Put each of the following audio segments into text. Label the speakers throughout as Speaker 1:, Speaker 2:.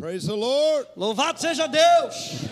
Speaker 1: Praise the Lord.
Speaker 2: Louvado seja Deus!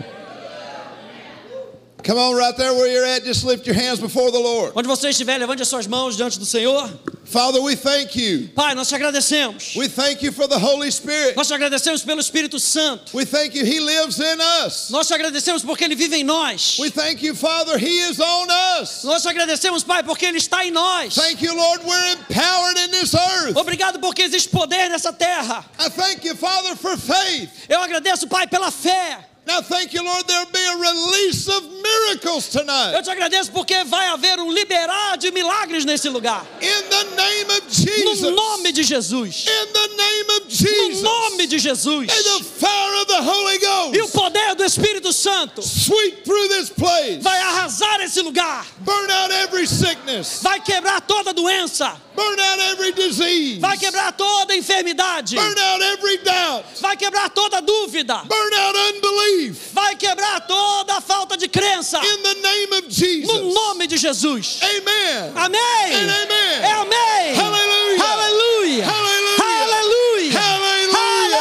Speaker 1: Come on, right there where you're at, just lift your hands before the Lord.
Speaker 2: Onde você estiver, levante as suas mãos diante do Senhor.
Speaker 1: Father, we thank you.
Speaker 2: Pai, nós te agradecemos.
Speaker 1: We thank you for the Holy Spirit.
Speaker 2: Nós te agradecemos pelo Espírito Santo.
Speaker 1: We thank you, He lives in us.
Speaker 2: Nós te agradecemos porque Ele vive em nós.
Speaker 1: We thank you, Father, He is on us.
Speaker 2: Nós te agradecemos, Pai, porque Ele está em nós.
Speaker 1: Thank you, Lord, we're empowered in this earth.
Speaker 2: Obrigado porque existe poder nessa terra.
Speaker 1: I thank you, Father, for faith.
Speaker 2: Eu agradeço, Pai, pela fé.
Speaker 1: Now, thank you, Lord, there'll be a release of miracles tonight.
Speaker 2: Eu te agradeço porque vai haver um liberar de milagres nesse lugar.
Speaker 1: In the name of
Speaker 2: No
Speaker 1: Jesus.
Speaker 2: nome de Jesus.
Speaker 1: In the name of
Speaker 2: No
Speaker 1: Jesus.
Speaker 2: nome de Jesus.
Speaker 1: And the fire of the Holy Ghost.
Speaker 2: E o poder do Espírito Santo
Speaker 1: sweep through this place.
Speaker 2: vai arrasar esse lugar.
Speaker 1: Burn out every sickness.
Speaker 2: Vai quebrar toda doença.
Speaker 1: Burn out every disease.
Speaker 2: Vai quebrar toda enfermidade.
Speaker 1: Burn out every doubt.
Speaker 2: Vai quebrar toda dúvida.
Speaker 1: Burn out unbelief.
Speaker 2: Vai quebrar toda falta de crença.
Speaker 1: In the name of Jesus.
Speaker 2: No nome de Jesus.
Speaker 1: Amen.
Speaker 2: Amém.
Speaker 1: And amen.
Speaker 2: É amém.
Speaker 1: Hallelujah.
Speaker 2: Aleluia.
Speaker 1: Hallelujah.
Speaker 2: Aleluia.
Speaker 1: Hallelujah.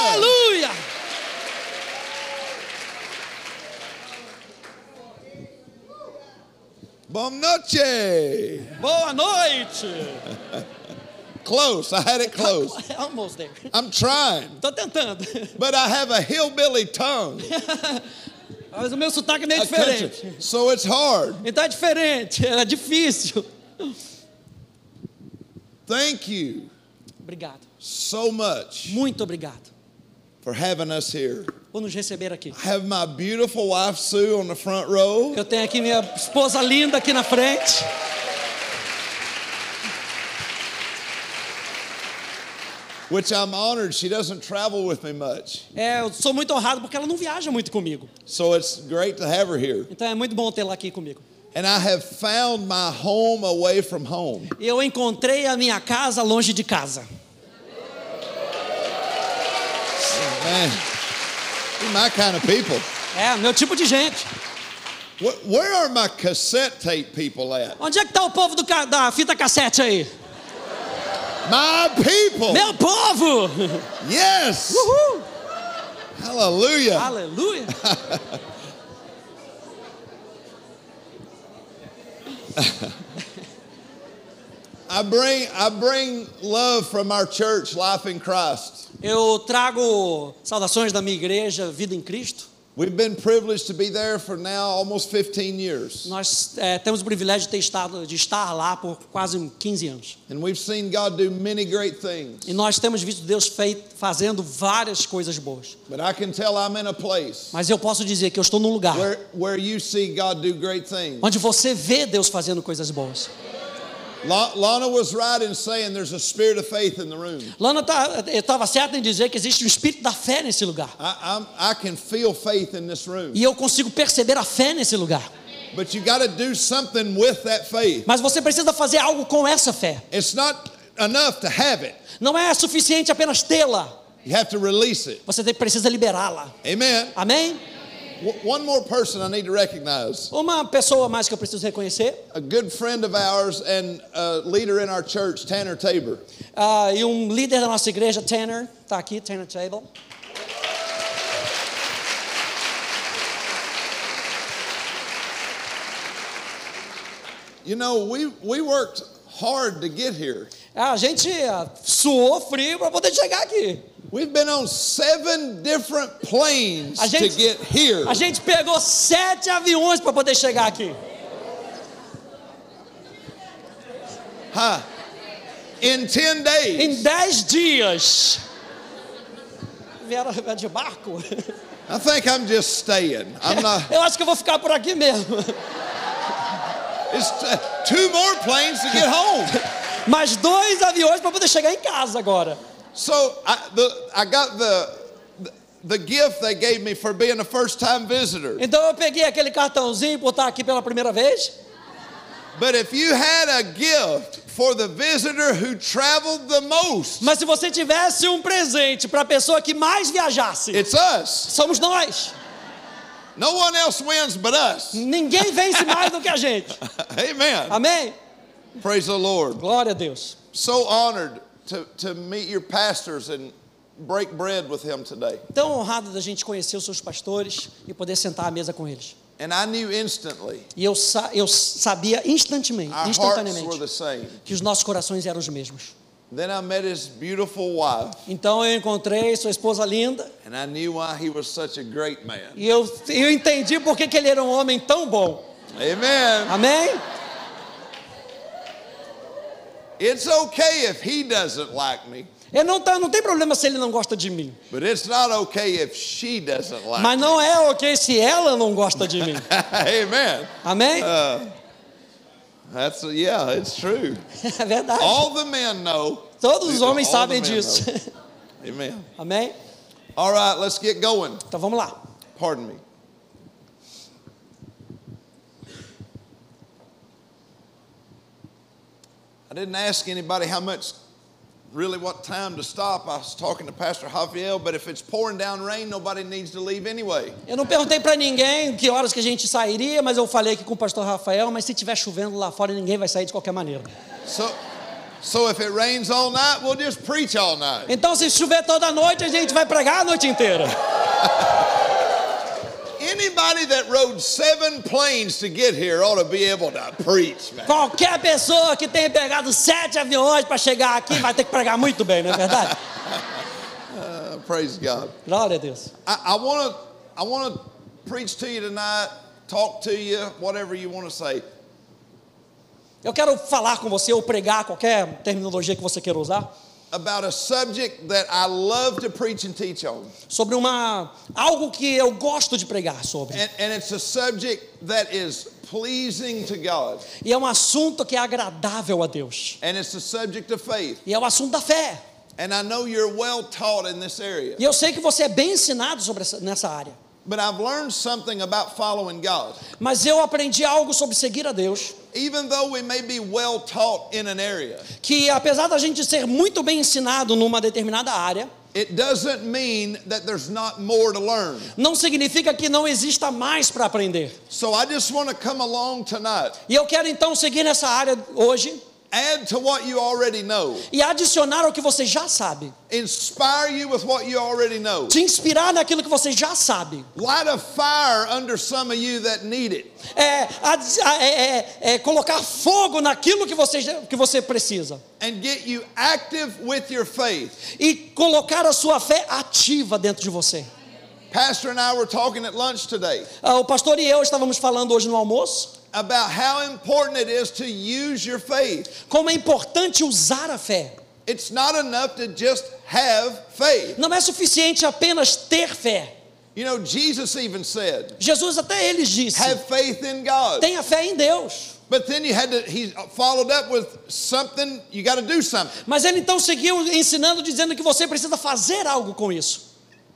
Speaker 2: Aleluia.
Speaker 1: Bom noche.
Speaker 2: Boa noite.
Speaker 1: Close. I had it close.
Speaker 2: Almost there.
Speaker 1: I'm trying,
Speaker 2: um Tô tentando.
Speaker 1: but I have a hillbilly tongue.
Speaker 2: Mas o meu sotaque é meio
Speaker 1: A
Speaker 2: diferente.
Speaker 1: country, so it's hard.
Speaker 2: Então é diferente. É difícil.
Speaker 1: Thank you
Speaker 2: Obrigado.
Speaker 1: so much
Speaker 2: Muito obrigado
Speaker 1: for having us here.
Speaker 2: por nos receber aqui.
Speaker 1: I have my beautiful wife Sue on the front row.
Speaker 2: Eu tenho aqui minha esposa linda aqui na frente.
Speaker 1: which I'm honored. She doesn't travel with me much,
Speaker 2: É, eu sou muito honrado porque ela não viaja muito comigo.
Speaker 1: so it's great to have her here.
Speaker 2: Então é muito bom tê-la aqui comigo.
Speaker 1: And I have found my home away from home.
Speaker 2: Eu encontrei a minha casa longe de casa.
Speaker 1: Man, you're my kind of people.
Speaker 2: É, meu tipo de gente.
Speaker 1: Wh- Where are my cassette tape people at?
Speaker 2: Onde é que tá o povo do ca- da fita cassete aí?
Speaker 1: My people.
Speaker 2: Meu povo!
Speaker 1: Yes.
Speaker 2: Uhul!
Speaker 1: Hallelujah.
Speaker 2: Aleluia!
Speaker 1: I bring I bring love from our church, Life in Christ.
Speaker 2: Eu trago saudações da minha igreja, Vida em Cristo.
Speaker 1: We've been privileged to be there for now almost 15 years.
Speaker 2: Nós é, temos o privilégio de, ter estado, de estar lá por quase 15 anos.
Speaker 1: And we've seen God do many great things.
Speaker 2: E nós temos visto Deus fei- fazendo várias coisas boas.
Speaker 1: But I can tell I'm in a place
Speaker 2: Mas eu posso dizer que eu estou num lugar
Speaker 1: where, where you see God do great things.
Speaker 2: onde você vê Deus fazendo coisas boas.
Speaker 1: La- Lana was right in saying there's a spirit of faith in the room.
Speaker 2: Lana tá, estava certa em dizer que existe um espírito da fé nesse lugar.
Speaker 1: I, I'm, I can feel faith in this room,
Speaker 2: E eu consigo perceber a fé nesse lugar.
Speaker 1: but you got to do something with that faith.
Speaker 2: Mas você precisa fazer algo com essa fé.
Speaker 1: It's not enough to have it;
Speaker 2: Não é suficiente apenas tê-la.
Speaker 1: you have to release it.
Speaker 2: Você tem- precisa liberá-la.
Speaker 1: Amen.
Speaker 2: Amém?
Speaker 1: W- one more person I need to recognize:
Speaker 2: Uma pessoa mais que eu preciso reconhecer
Speaker 1: a good friend of ours and a leader in our church, Tanner Tabor.
Speaker 2: ah, e um líder da nossa igreja, Tanner, está aqui, Tanner Table.
Speaker 1: You know, we we worked hard to get here.
Speaker 2: A gente ah, suou frio para poder chegar aqui.
Speaker 1: We've been on seven different planes
Speaker 2: A gente-
Speaker 1: to get here.
Speaker 2: A gente pegou sete aviões para poder chegar aqui.
Speaker 1: in 10 days.
Speaker 2: Em dez dias. Vieram de barco?
Speaker 1: I think I'm just staying. I'm not.
Speaker 2: Eu acho que eu vou ficar por aqui mesmo.
Speaker 1: It's t- two more planes to get home.
Speaker 2: Mais dois aviões para poder chegar em casa agora.
Speaker 1: So I, the, I got the, the gift they gave me for being a first time visitor.
Speaker 2: Então eu peguei aquele cartãozinho por estar aqui pela primeira vez.
Speaker 1: But if you had a gift for the visitor who traveled the most,
Speaker 2: Mas se você tivesse um presente para a pessoa que mais viajasse,
Speaker 1: it's us.
Speaker 2: somos nós.
Speaker 1: No one else wins but us.
Speaker 2: Ninguém vence mais do que a gente.
Speaker 1: Amen.
Speaker 2: Amém?
Speaker 1: Praise the Lord.
Speaker 2: Glória a Deus.
Speaker 1: So honored to, to meet your pastors and break bread with him today.
Speaker 2: Tão honrado da gente conhecer os seus pastores e poder sentar à mesa com eles.
Speaker 1: And I knew instantly
Speaker 2: E eu, sa- eu sabia instantemente,
Speaker 1: our hearts were
Speaker 2: instantaneamente
Speaker 1: the same.
Speaker 2: que os nossos corações eram os mesmos.
Speaker 1: Then I met his beautiful wife,
Speaker 2: Então eu encontrei sua esposa linda
Speaker 1: and I knew why he was such a great man.
Speaker 2: e eu, eu entendi por que, que ele era um homem tão bom.
Speaker 1: Amen.
Speaker 2: Amém?
Speaker 1: It's okay if he doesn't like me,
Speaker 2: Eu não, tá, não tem problema se ele não gosta de mim.
Speaker 1: but it's not okay if she doesn't like
Speaker 2: Mas
Speaker 1: me.
Speaker 2: não é ok se ela não gosta de mim.
Speaker 1: Amen.
Speaker 2: Amém?
Speaker 1: Uh, that's yeah, it's true.
Speaker 2: É verdade.
Speaker 1: All the men know.
Speaker 2: Todos os homens
Speaker 1: All the
Speaker 2: sabem
Speaker 1: men
Speaker 2: disso.
Speaker 1: know. Amen.
Speaker 2: Amém?
Speaker 1: All right, let's get going.
Speaker 2: Então vamos lá.
Speaker 1: Pardon me. I didn't ask anybody how much, really, what time to stop. I was talking to Pastor Javier, but if it's pouring down rain, nobody needs to leave anyway.
Speaker 2: Eu não perguntei pra ninguém que horas que a gente sairia, mas eu falei aqui com o pastor Rafael, mas se tiver chovendo lá fora, ninguém vai sair de qualquer maneira.
Speaker 1: So, so if it rains all night, we'll just preach all night.
Speaker 2: Então se chover toda noite, a gente vai pregar a noite inteira.
Speaker 1: Anybody that rode seven planes to get here ought to be able to preach, man.
Speaker 2: Qualquer pessoa que tenha pegado sete aviões pra chegar aqui vai ter que pregar muito bem, não é verdade?
Speaker 1: Uh, praise God.
Speaker 2: Glória a Deus.
Speaker 1: I want to I want to preach to you tonight, talk to you, whatever you want to say.
Speaker 2: Eu quero falar com você ou pregar qualquer terminologia que você queira usar
Speaker 1: about a subject that I love to preach and teach on.
Speaker 2: sobre uma algo que eu gosto de pregar sobre.
Speaker 1: And, and it's a subject that is pleasing to God.
Speaker 2: E é um assunto que é agradável a Deus.
Speaker 1: And it's a subject of faith.
Speaker 2: E é o assunto da fé.
Speaker 1: And I know you're well taught in this area.
Speaker 2: E eu sei que você é bem ensinado sobre essa, nessa área.
Speaker 1: But I've learned something about following God.
Speaker 2: Mas eu aprendi algo sobre seguir a Deus,
Speaker 1: Even though we may be well taught in an area,
Speaker 2: que apesar da gente ser muito bem ensinado numa determinada área,
Speaker 1: it doesn't mean that there's not more to learn.
Speaker 2: não significa que não exista mais para aprender.
Speaker 1: So I just want to come along tonight,
Speaker 2: E eu quero então seguir nessa área hoje
Speaker 1: add to what you already know,
Speaker 2: e adicionar ao que você já sabe,
Speaker 1: inspire you with what you already know,
Speaker 2: te inspirar naquilo que você já sabe.
Speaker 1: light a fire under some of you that need it.
Speaker 2: É, ad- a- é, é, é, colocar fogo naquilo que você, já- que você precisa.
Speaker 1: and get you active with your faith.
Speaker 2: E colocar a sua fé ativa dentro de você.
Speaker 1: Pastor and I were talking at lunch today
Speaker 2: Ah, O pastor e eu estávamos falando hoje no almoço
Speaker 1: about how important it is to use your faith.
Speaker 2: como é importante usar a fé.
Speaker 1: It's not enough to just have faith.
Speaker 2: Não é suficiente apenas ter fé.
Speaker 1: You know, Jesus even said,
Speaker 2: Jesus até ele disse:
Speaker 1: have faith in God.
Speaker 2: tenha fé em Deus.
Speaker 1: But then you had to, he followed up with something, you got to do something.
Speaker 2: Mas ele então seguiu ensinando, dizendo que você precisa fazer algo com isso.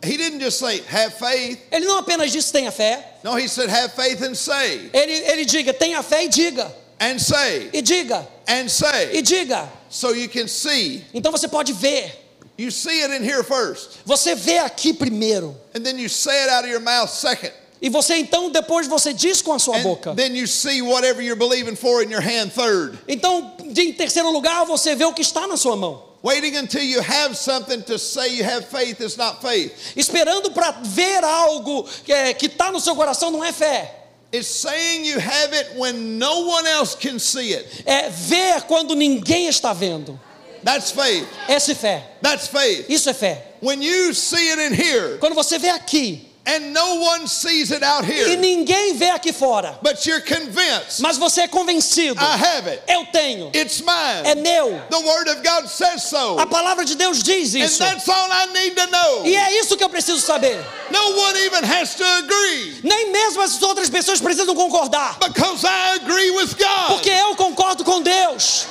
Speaker 1: He didn't just say, have faith.
Speaker 2: Ele não apenas disse tenha fé,
Speaker 1: No, he said, have faith and say,
Speaker 2: ele, ele diga tenha fé e diga,
Speaker 1: and say,
Speaker 2: e diga,
Speaker 1: and
Speaker 2: e
Speaker 1: say.
Speaker 2: diga.
Speaker 1: So you can see.
Speaker 2: Então você pode ver,
Speaker 1: You see it in here first,
Speaker 2: você vê aqui primeiro,
Speaker 1: and then you say it out of your mouth second.
Speaker 2: e você então depois você diz com a sua boca.
Speaker 1: And then you see whatever you're believing for in your hand third.
Speaker 2: Então, de- em terceiro lugar, você vê o que está na sua mão.
Speaker 1: Waiting until you have something to say you have faith is not faith.
Speaker 2: Esperando para ver algo que é- que está no seu coração não é fé.
Speaker 1: It's saying you have it when no one else can see it.
Speaker 2: é ver quando ninguém está vendo.
Speaker 1: That's faith.
Speaker 2: Essa é fé.
Speaker 1: That's faith.
Speaker 2: Isso é fé.
Speaker 1: When you see it in here
Speaker 2: Quando você vê aqui
Speaker 1: and no one sees it out
Speaker 2: e
Speaker 1: here,
Speaker 2: ninguém vê aqui fora,
Speaker 1: but you're convinced
Speaker 2: mas você é convencido,
Speaker 1: I have it.
Speaker 2: eu tenho,
Speaker 1: It's
Speaker 2: é
Speaker 1: mine.
Speaker 2: meu.
Speaker 1: The Word of God says so.
Speaker 2: A palavra de Deus diz
Speaker 1: And
Speaker 2: isso.
Speaker 1: that's all I need to know.
Speaker 2: E é isso que eu preciso saber.
Speaker 1: No one even has to agree
Speaker 2: Nem mesmo as outras pessoas precisam concordar,
Speaker 1: because I agree with God.
Speaker 2: porque eu concordo com Deus.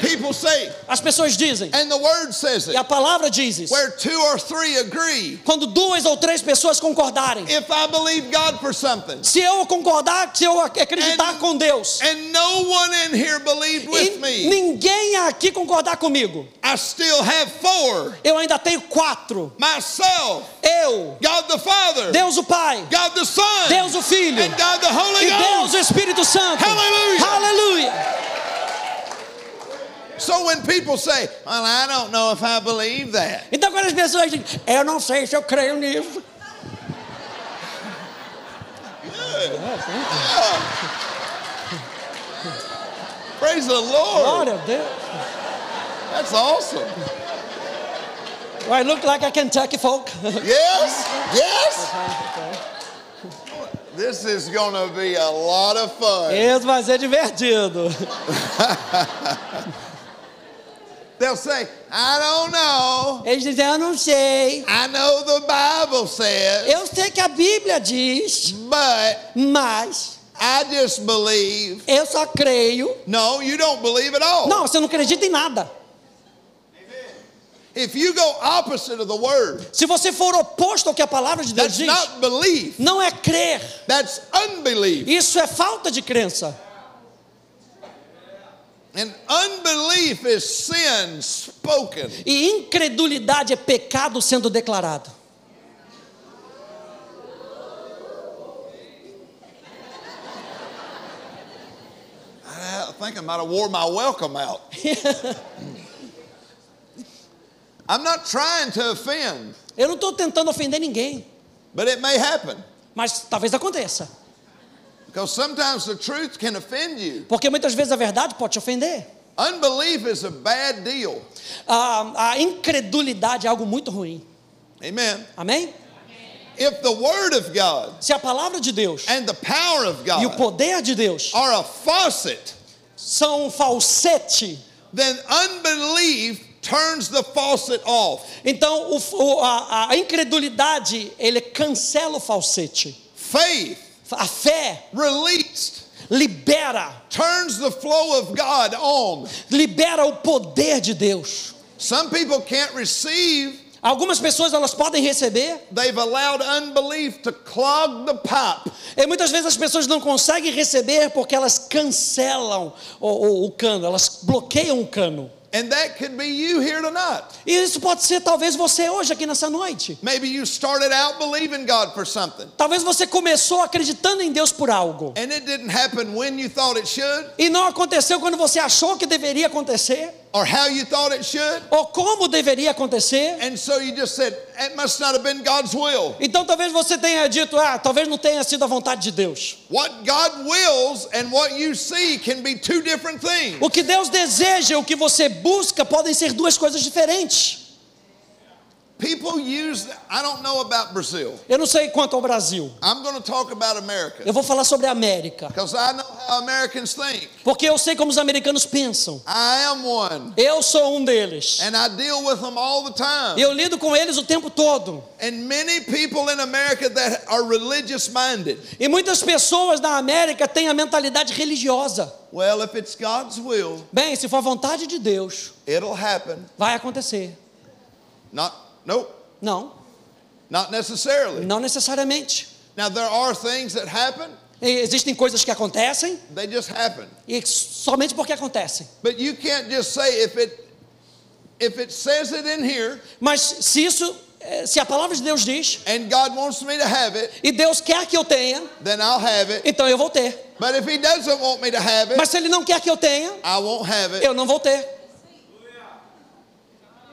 Speaker 1: People say,
Speaker 2: As pessoas dizem,
Speaker 1: And the word says
Speaker 2: e
Speaker 1: it.
Speaker 2: a palavra diz isso.
Speaker 1: Where two or three agree.
Speaker 2: Quando duas ou três pessoas concordarem,
Speaker 1: If I believe God for something
Speaker 2: se eu concordar, se eu acreditar com Deus,
Speaker 1: and no one in here believed with
Speaker 2: e
Speaker 1: me,
Speaker 2: ninguém aqui concordar comigo,
Speaker 1: I still have four.
Speaker 2: Eu ainda tenho quatro.
Speaker 1: Myself,
Speaker 2: Eu,
Speaker 1: God the Father,
Speaker 2: Deus o Pai,
Speaker 1: God the Son,
Speaker 2: Deus o Filho
Speaker 1: and God the Holy
Speaker 2: e Deus
Speaker 1: Ghost.
Speaker 2: o Espírito Santo.
Speaker 1: Aleluia!
Speaker 2: Aleluia!
Speaker 1: So when people say, Well, I don't know if I believe that,
Speaker 2: Então quando as pessoas dizem, eu não sei se eu creio nisso.
Speaker 1: praise the Lord.
Speaker 2: Glória a Deus.
Speaker 1: That's awesome.
Speaker 2: I look like a Kentucky folk.
Speaker 1: Yes, yes. This is going to be a lot of fun.
Speaker 2: Isso vai ser divertido.
Speaker 1: They'll say, I don't know.
Speaker 2: Eles dizem, eu não sei.
Speaker 1: I know the Bible says,
Speaker 2: Eu sei que a Bíblia diz,
Speaker 1: but
Speaker 2: mas
Speaker 1: I just believe.
Speaker 2: eu só creio.
Speaker 1: No, you don't believe at all.
Speaker 2: Não, você não acredita em nada.
Speaker 1: If you go opposite of the word,
Speaker 2: Se você for oposto ao que a palavra de Deus
Speaker 1: that's
Speaker 2: diz,
Speaker 1: not belief,
Speaker 2: não é crer.
Speaker 1: that's unbelief.
Speaker 2: Isso é falta de crença.
Speaker 1: And unbelief is sin spoken.
Speaker 2: E incredulidade é pecado sendo declarado.
Speaker 1: Uh, I think I might have wore my welcome out. I'm not trying to offend,
Speaker 2: Eu não estou tentando ofender ninguém,
Speaker 1: but it may happen.
Speaker 2: mas talvez aconteça.
Speaker 1: Because sometimes the truth can offend you.
Speaker 2: Porque muitas vezes a verdade pode te ofender.
Speaker 1: Unbelief is a bad deal.
Speaker 2: A, a incredulidade é algo muito ruim.
Speaker 1: Amen.
Speaker 2: Amém?
Speaker 1: If the Word of God
Speaker 2: Se a palavra de Deus
Speaker 1: and the power of
Speaker 2: e o
Speaker 1: God
Speaker 2: poder de Deus
Speaker 1: are a faucet,
Speaker 2: são um falsete,
Speaker 1: then unbelief turns the faucet off.
Speaker 2: então o- o- a, a incredulidade ele cancela o falsete.
Speaker 1: Faith
Speaker 2: A fé
Speaker 1: released
Speaker 2: libera,
Speaker 1: turns the flow of God on.
Speaker 2: libera o poder de Deus.
Speaker 1: Some people can't receive,
Speaker 2: Algumas pessoas elas podem receber,
Speaker 1: they've allowed unbelief to clog the pipe.
Speaker 2: e muitas vezes as pessoas não conseguem receber porque elas cancelam o, o- o cano, elas bloqueiam o cano.
Speaker 1: And that could be you here tonight.
Speaker 2: E isso pode ser talvez você hoje aqui nessa noite.
Speaker 1: Maybe you started out believing God for something.
Speaker 2: Talvez você começou acreditando em Deus por algo.
Speaker 1: And it didn't happen when you thought it should,
Speaker 2: E não aconteceu quando você achou que deveria acontecer,
Speaker 1: or how you thought it should.
Speaker 2: ou como deveria acontecer.
Speaker 1: And so you just said, it must not have been God's will.
Speaker 2: Então talvez você tenha dito, ah, talvez não tenha sido a vontade de Deus.
Speaker 1: What God wills and what you see can be two different things.
Speaker 2: O que Deus deseja e o que você busca podem ser duas coisas diferentes.
Speaker 1: People use, I don't know about Brazil.
Speaker 2: Eu não sei quanto ao Brasil.
Speaker 1: I'm going to talk about America
Speaker 2: Eu vou falar sobre a América,
Speaker 1: because I know how Americans think.
Speaker 2: porque eu sei como os americanos pensam.
Speaker 1: I am one,
Speaker 2: Eu sou um deles.
Speaker 1: and I deal with them all the time.
Speaker 2: Eu lido com eles o tempo todo.
Speaker 1: And many people in America that are religious minded.
Speaker 2: E muitas pessoas da América têm a mentalidade religiosa.
Speaker 1: Well, if it's God's will,
Speaker 2: Bem, se for a vontade de Deus,
Speaker 1: it'll happen.
Speaker 2: vai acontecer.
Speaker 1: Not, nope,
Speaker 2: Não,
Speaker 1: not necessarily.
Speaker 2: não necessariamente.
Speaker 1: Now, there are things that happen,
Speaker 2: E Existem coisas que acontecem
Speaker 1: they just happen.
Speaker 2: e somente porque acontecem.
Speaker 1: But you can't just say if it if it says it in here
Speaker 2: Mas se isso, eh, se a palavra de Deus diz
Speaker 1: and God wants me to have it,
Speaker 2: e Deus quer que eu tenha,
Speaker 1: then I'll have it.
Speaker 2: então eu vou ter.
Speaker 1: But if he doesn't want me to have it,
Speaker 2: Mas se Ele não quer que eu tenha,
Speaker 1: I won't have it.
Speaker 2: eu não vou ter.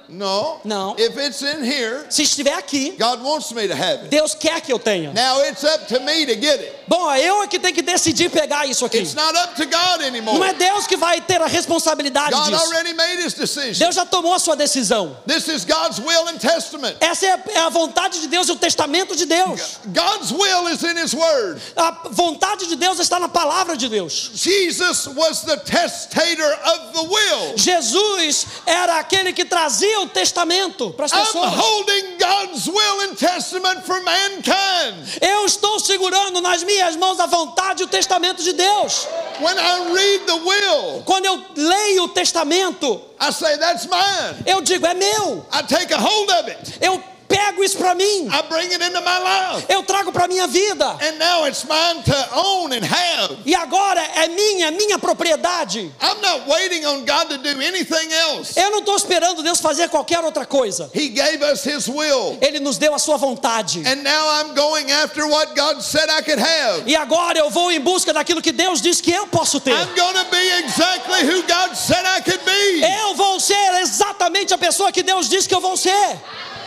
Speaker 1: No.
Speaker 2: No.
Speaker 1: If it's in here,
Speaker 2: Se estiver aqui,
Speaker 1: God wants me to have it.
Speaker 2: Deus quer que eu tenha.
Speaker 1: Now it's up to me to get it.
Speaker 2: Bom, eu é que tenho que decidir pegar isso aqui.
Speaker 1: It's not up to God anymore.
Speaker 2: Não é Deus que vai ter a responsabilidade
Speaker 1: God
Speaker 2: disso.
Speaker 1: already made his decision.
Speaker 2: Deus já tomou a sua decisão.
Speaker 1: This is God's will and testament.
Speaker 2: Essa é a- é a vontade de Deus e o testamento de Deus.
Speaker 1: God's will is in his word.
Speaker 2: A vontade de Deus está na palavra de Deus.
Speaker 1: Jesus was the testator of the will.
Speaker 2: Jesus era aquele que trazia o testamento para as
Speaker 1: I'm
Speaker 2: pessoas.
Speaker 1: holding God's will and testament for mankind.
Speaker 2: Eu estou segurando nas minhas mãos a vontade e o testamento de Deus.
Speaker 1: When I read the will,
Speaker 2: Quando eu leio o testamento,
Speaker 1: I say, that's mine.
Speaker 2: eu digo, é meu.
Speaker 1: I take a hold of it.
Speaker 2: Eu pego isso para mim.
Speaker 1: I bring it into my life.
Speaker 2: Eu trago para minha vida.
Speaker 1: And now it's mine to own and have.
Speaker 2: E agora é minha, minha propriedade.
Speaker 1: I'm not waiting on God to do anything else.
Speaker 2: Eu não estou esperando Deus fazer qualquer outra coisa.
Speaker 1: He gave us His will.
Speaker 2: Ele nos deu a sua vontade.
Speaker 1: And now I'm going after what God said I could have.
Speaker 2: E agora eu vou em busca daquilo que Deus diz que eu posso ter.
Speaker 1: I'm going to be exactly who God said I could be.
Speaker 2: Eu vou ser exatamente a pessoa que Deus diz que eu vou ser.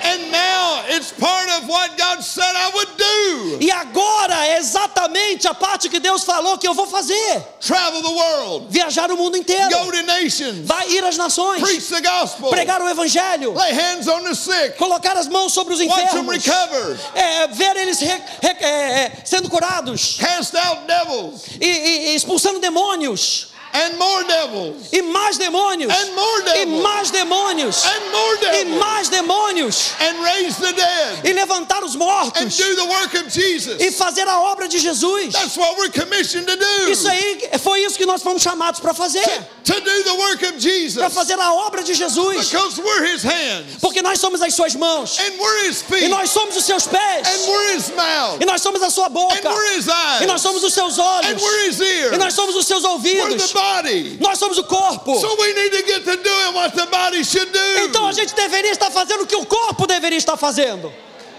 Speaker 1: And now it's part of what God said I would do.
Speaker 2: E agora é exatamente a parte que Deus falou que eu vou fazer:
Speaker 1: Travel the world,
Speaker 2: viajar o mundo inteiro,
Speaker 1: go to nations,
Speaker 2: vai ir às nações,
Speaker 1: preach the gospel,
Speaker 2: pregar o evangelho,
Speaker 1: lay hands on the sick,
Speaker 2: colocar as mãos sobre os
Speaker 1: watch them
Speaker 2: enfermos,
Speaker 1: recover,
Speaker 2: é, ver eles re- re- é, é, sendo curados
Speaker 1: cast out devils
Speaker 2: e, e- e expulsando demônios
Speaker 1: and more devils
Speaker 2: e mais demônios
Speaker 1: and more
Speaker 2: e
Speaker 1: devils
Speaker 2: mais demônios
Speaker 1: and more
Speaker 2: e
Speaker 1: devils
Speaker 2: mais demônios
Speaker 1: and raise the dead
Speaker 2: e levantar os
Speaker 1: and
Speaker 2: mortos
Speaker 1: do the work of
Speaker 2: e
Speaker 1: Jesus.
Speaker 2: fazer a obra de Jesus.
Speaker 1: That's what we're commissioned to do.
Speaker 2: Isso aí foi isso que nós fomos chamados para fazer,
Speaker 1: To, to do the work of
Speaker 2: para
Speaker 1: Jesus.
Speaker 2: fazer a obra de Jesus,
Speaker 1: Because we're his hands
Speaker 2: porque nós somos as suas mãos
Speaker 1: and we're his
Speaker 2: e
Speaker 1: feet
Speaker 2: nós somos os seus
Speaker 1: and
Speaker 2: pés
Speaker 1: we're his mouth
Speaker 2: e nós somos a sua
Speaker 1: and
Speaker 2: boca
Speaker 1: we're his eyes
Speaker 2: e nós somos os seus
Speaker 1: and
Speaker 2: olhos
Speaker 1: we're his
Speaker 2: e nós
Speaker 1: ears.
Speaker 2: somos os seus
Speaker 1: We're the
Speaker 2: ouvidos.
Speaker 1: body.
Speaker 2: Nós somos o corpo.
Speaker 1: So we need to get to doing what the body should
Speaker 2: Então a
Speaker 1: do.
Speaker 2: gente deveria estar fazendo o que o corpo deveria estar fazendo.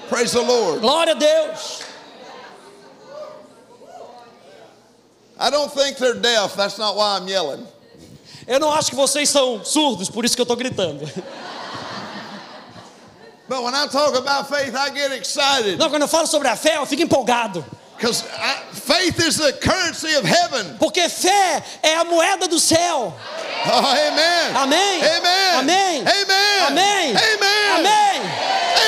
Speaker 1: Praise the Lord.
Speaker 2: Glória a Deus.
Speaker 1: I don't think they're deaf. That's not why I'm yelling.
Speaker 2: Eu não acho que vocês são surdos, por isso que eu estou gritando.
Speaker 1: But when I talk about faith, I get excited
Speaker 2: Não, quando eu falo sobre a fé, eu fico empolgado.
Speaker 1: because faith is the currency of heaven.
Speaker 2: Porque fé é a moeda do céu.
Speaker 1: Oh, amen.
Speaker 2: Amém.
Speaker 1: Amen.
Speaker 2: Amém.
Speaker 1: Amen.
Speaker 2: Amém.
Speaker 1: Amen.